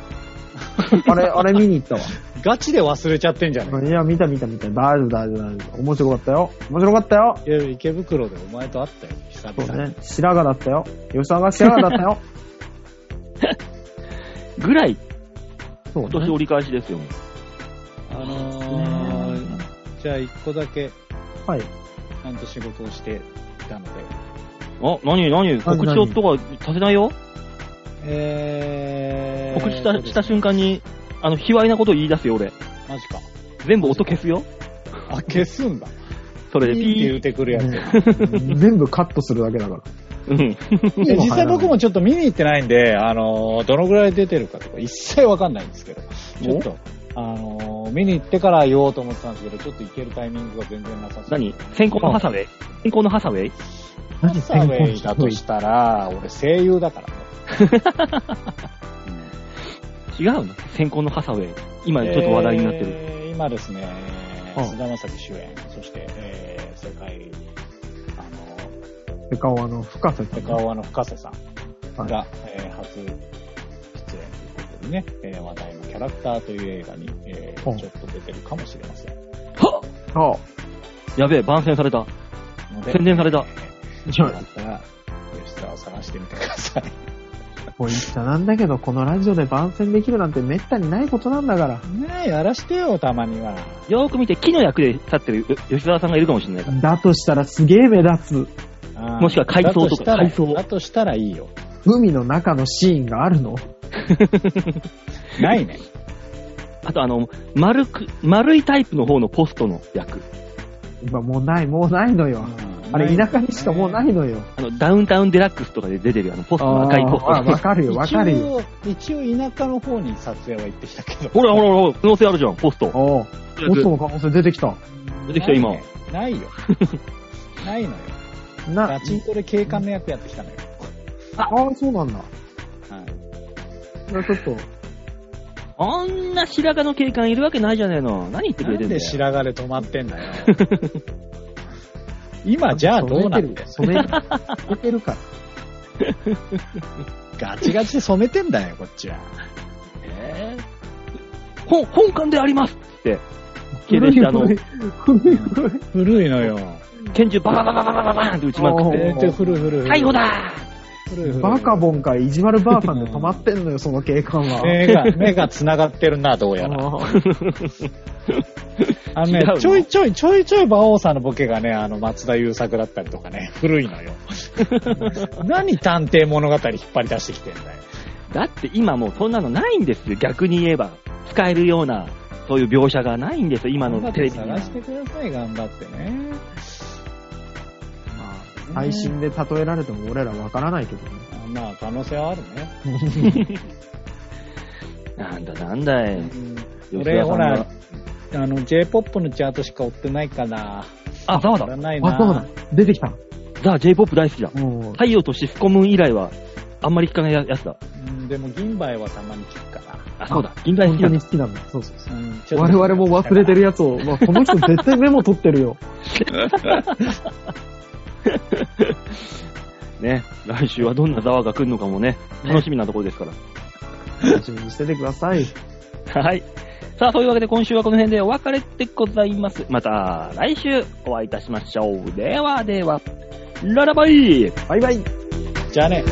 Speaker 3: あれ、あれ見に行ったわ。
Speaker 4: ガチで忘れちゃってんじゃない
Speaker 3: いや、見た見た見た。大丈夫大丈夫大丈夫。面白かったよ。面白かったよ。
Speaker 4: いや池袋でお前と会ったよ。久
Speaker 3: そう
Speaker 4: 々に。
Speaker 3: ね。白髪だったよ。吉田が白髪だ ったよ。
Speaker 2: ぐらい、
Speaker 3: そう
Speaker 2: 今年
Speaker 3: ね。
Speaker 2: 折り返しですよ。
Speaker 4: あのー、じゃあ一個だけ、
Speaker 3: はい。
Speaker 4: ちんと仕事をしていたので、
Speaker 2: あ、何何告知をとかさせないよ
Speaker 4: えー、
Speaker 2: 告知した
Speaker 4: そうです
Speaker 2: した瞬間に、あの、卑猥なことを言い出すよ、俺。
Speaker 4: マジか。
Speaker 2: 全部音消すよ。
Speaker 4: あ、消すんだ。
Speaker 2: それで
Speaker 4: ピ
Speaker 2: ピ
Speaker 4: ーって言
Speaker 2: ー。
Speaker 4: うてくるやつ。
Speaker 3: 全部カットするだけだから。
Speaker 2: うん。
Speaker 4: いや実際僕もちょっと見に行ってないんで、あのー、どのぐらい出てるかとか一切わかんないんですけど、ちょっと、あのー、見に行ってから言おうと思ってたんですけど、ちょっと行けるタイミングが全然なさそう。
Speaker 2: 何先行のハサウェイ先行のハサウェイ
Speaker 4: ハサウェイだとしたら、俺声優 だからね。
Speaker 2: 違うの先行のハサウェイ。今ちょっと話題になってる。
Speaker 4: えー今ですね、
Speaker 3: うん
Speaker 4: 菅田将暉主演、そして、えー、世界、あのー、
Speaker 3: てか、あの、深瀬
Speaker 4: セ
Speaker 3: と
Speaker 4: カ
Speaker 3: か。
Speaker 4: オワの深瀬さん
Speaker 3: はい
Speaker 4: が、えー初出演ということでね、えー話題のキャラクターという映画に、えー
Speaker 3: うん
Speaker 4: ちょっと出てるかもしれません
Speaker 2: はっ
Speaker 3: あ、
Speaker 2: やべえ、番宣された。
Speaker 4: ので。
Speaker 2: 宣伝された
Speaker 4: えーよかったら、吉沢を探してみてください。
Speaker 3: ポイントなんだけど、このラジオで番宣できるなんてめったにないことなんだから。
Speaker 4: ねえ、やらしてよ、たまには。
Speaker 2: よーく見て、木の役で立ってるよ吉沢さんがいるかもしれないから。
Speaker 3: だとしたらすげえ目立つ。
Speaker 4: あー
Speaker 2: もしくは海藻とか
Speaker 4: だとした
Speaker 2: 海
Speaker 4: ら
Speaker 2: 藻
Speaker 4: だとしたらいいよ。
Speaker 3: 海の中のシーンがあるの
Speaker 4: ないね。
Speaker 2: あとあの、丸く、丸いタイプの方のポストの役。
Speaker 3: まあもうない、もうないのよ。あれ、田舎にしかもうないのよ。
Speaker 2: あの、ダウンタウンデラックスとかで出てるあの、ポストの赤いポス
Speaker 3: あーわ
Speaker 2: ト。
Speaker 3: か るよ、わかるよ。
Speaker 4: 一応、一応田舎の方に撮影は行ってきたけど。
Speaker 2: ほらほらほら、可能性あるじゃん、ポスト。
Speaker 3: おう、ポストの可能性出てきた。
Speaker 2: 出てきた今
Speaker 4: ないね。ないよ。ないのよ。
Speaker 3: な、
Speaker 4: ガチンコで警官の役やってきたのよ。
Speaker 3: ああ、そうなんだ。
Speaker 4: はい
Speaker 3: じゃあちょっと、
Speaker 2: あんな白髪の警官いるわけないじゃねえの。何言ってく
Speaker 4: な
Speaker 2: れて
Speaker 4: ん
Speaker 2: んだ
Speaker 4: で
Speaker 2: よ。
Speaker 4: 白髪で止まってんだ よ。今じゃあどうなってる
Speaker 3: 染めてる。染めてるから。
Speaker 4: ガチガチで染めてんだよ、こっちは。
Speaker 2: えー本、本館でありますって、警弁してあの
Speaker 3: 古、い古い古い
Speaker 4: 古いのよ。
Speaker 2: 拳銃ババババババババーンって撃ちまくっ
Speaker 3: え
Speaker 2: て
Speaker 3: ー、
Speaker 4: 全然古い古い古い。
Speaker 2: 逮捕だ
Speaker 4: 古い古い
Speaker 3: バカボンからいじわるばあさんで止まってんのよ、その警官 は。
Speaker 4: 目が、目が繋がってるな、どうやら。
Speaker 3: あー
Speaker 4: あの
Speaker 2: 違うの
Speaker 4: ね、ちょいちょい、ちょいちょい馬王さんのボケがね、あの、松田優作だったりとかね、古いの よ。何探偵物語引っ張り出してきてんだよ。
Speaker 2: ーだって今もうそんなのないんですよ、逆に言えば。使えるような、そういう描写がないんですよ、今のテレビには
Speaker 4: 探。してください、頑張ってね。
Speaker 3: まあ配信で例えられても俺らわからないけどね。
Speaker 4: まあ、可能性はあるね。
Speaker 2: なんだなんだい。吉
Speaker 4: 俺、
Speaker 2: 田さ
Speaker 4: ほ
Speaker 2: んが
Speaker 4: ら、あの、J-POP のチャートしか追ってないから、
Speaker 2: あ、ざわ
Speaker 4: や
Speaker 2: だ。
Speaker 4: らないな。
Speaker 3: あ、そうだ。出てきた。
Speaker 2: ザ・ J-POP 大好きだ。
Speaker 3: もう、
Speaker 2: 太陽とシスコム以来は、あんまり聞かないやつだ。
Speaker 4: うんでも、銀杯はたまに聞くから。
Speaker 2: あ、そうだ。銀河好
Speaker 3: 本
Speaker 2: き
Speaker 3: 当
Speaker 2: だ
Speaker 3: に。好きなんだ。そうそうそう。
Speaker 4: うん
Speaker 3: 我々も忘れてる
Speaker 4: よ。
Speaker 3: やつを、まあ、この人絶対メモ取ってるよ。
Speaker 2: ね。来週はどんなザワが来るのかもね、楽しみなところですから。
Speaker 3: 楽しみにしててください。
Speaker 2: はい。さあ、というわけで今週はこの辺でお別れでございます。また来週お会いいたしましょう。ではでは、ララバイ
Speaker 3: バイバイ
Speaker 4: じゃあね。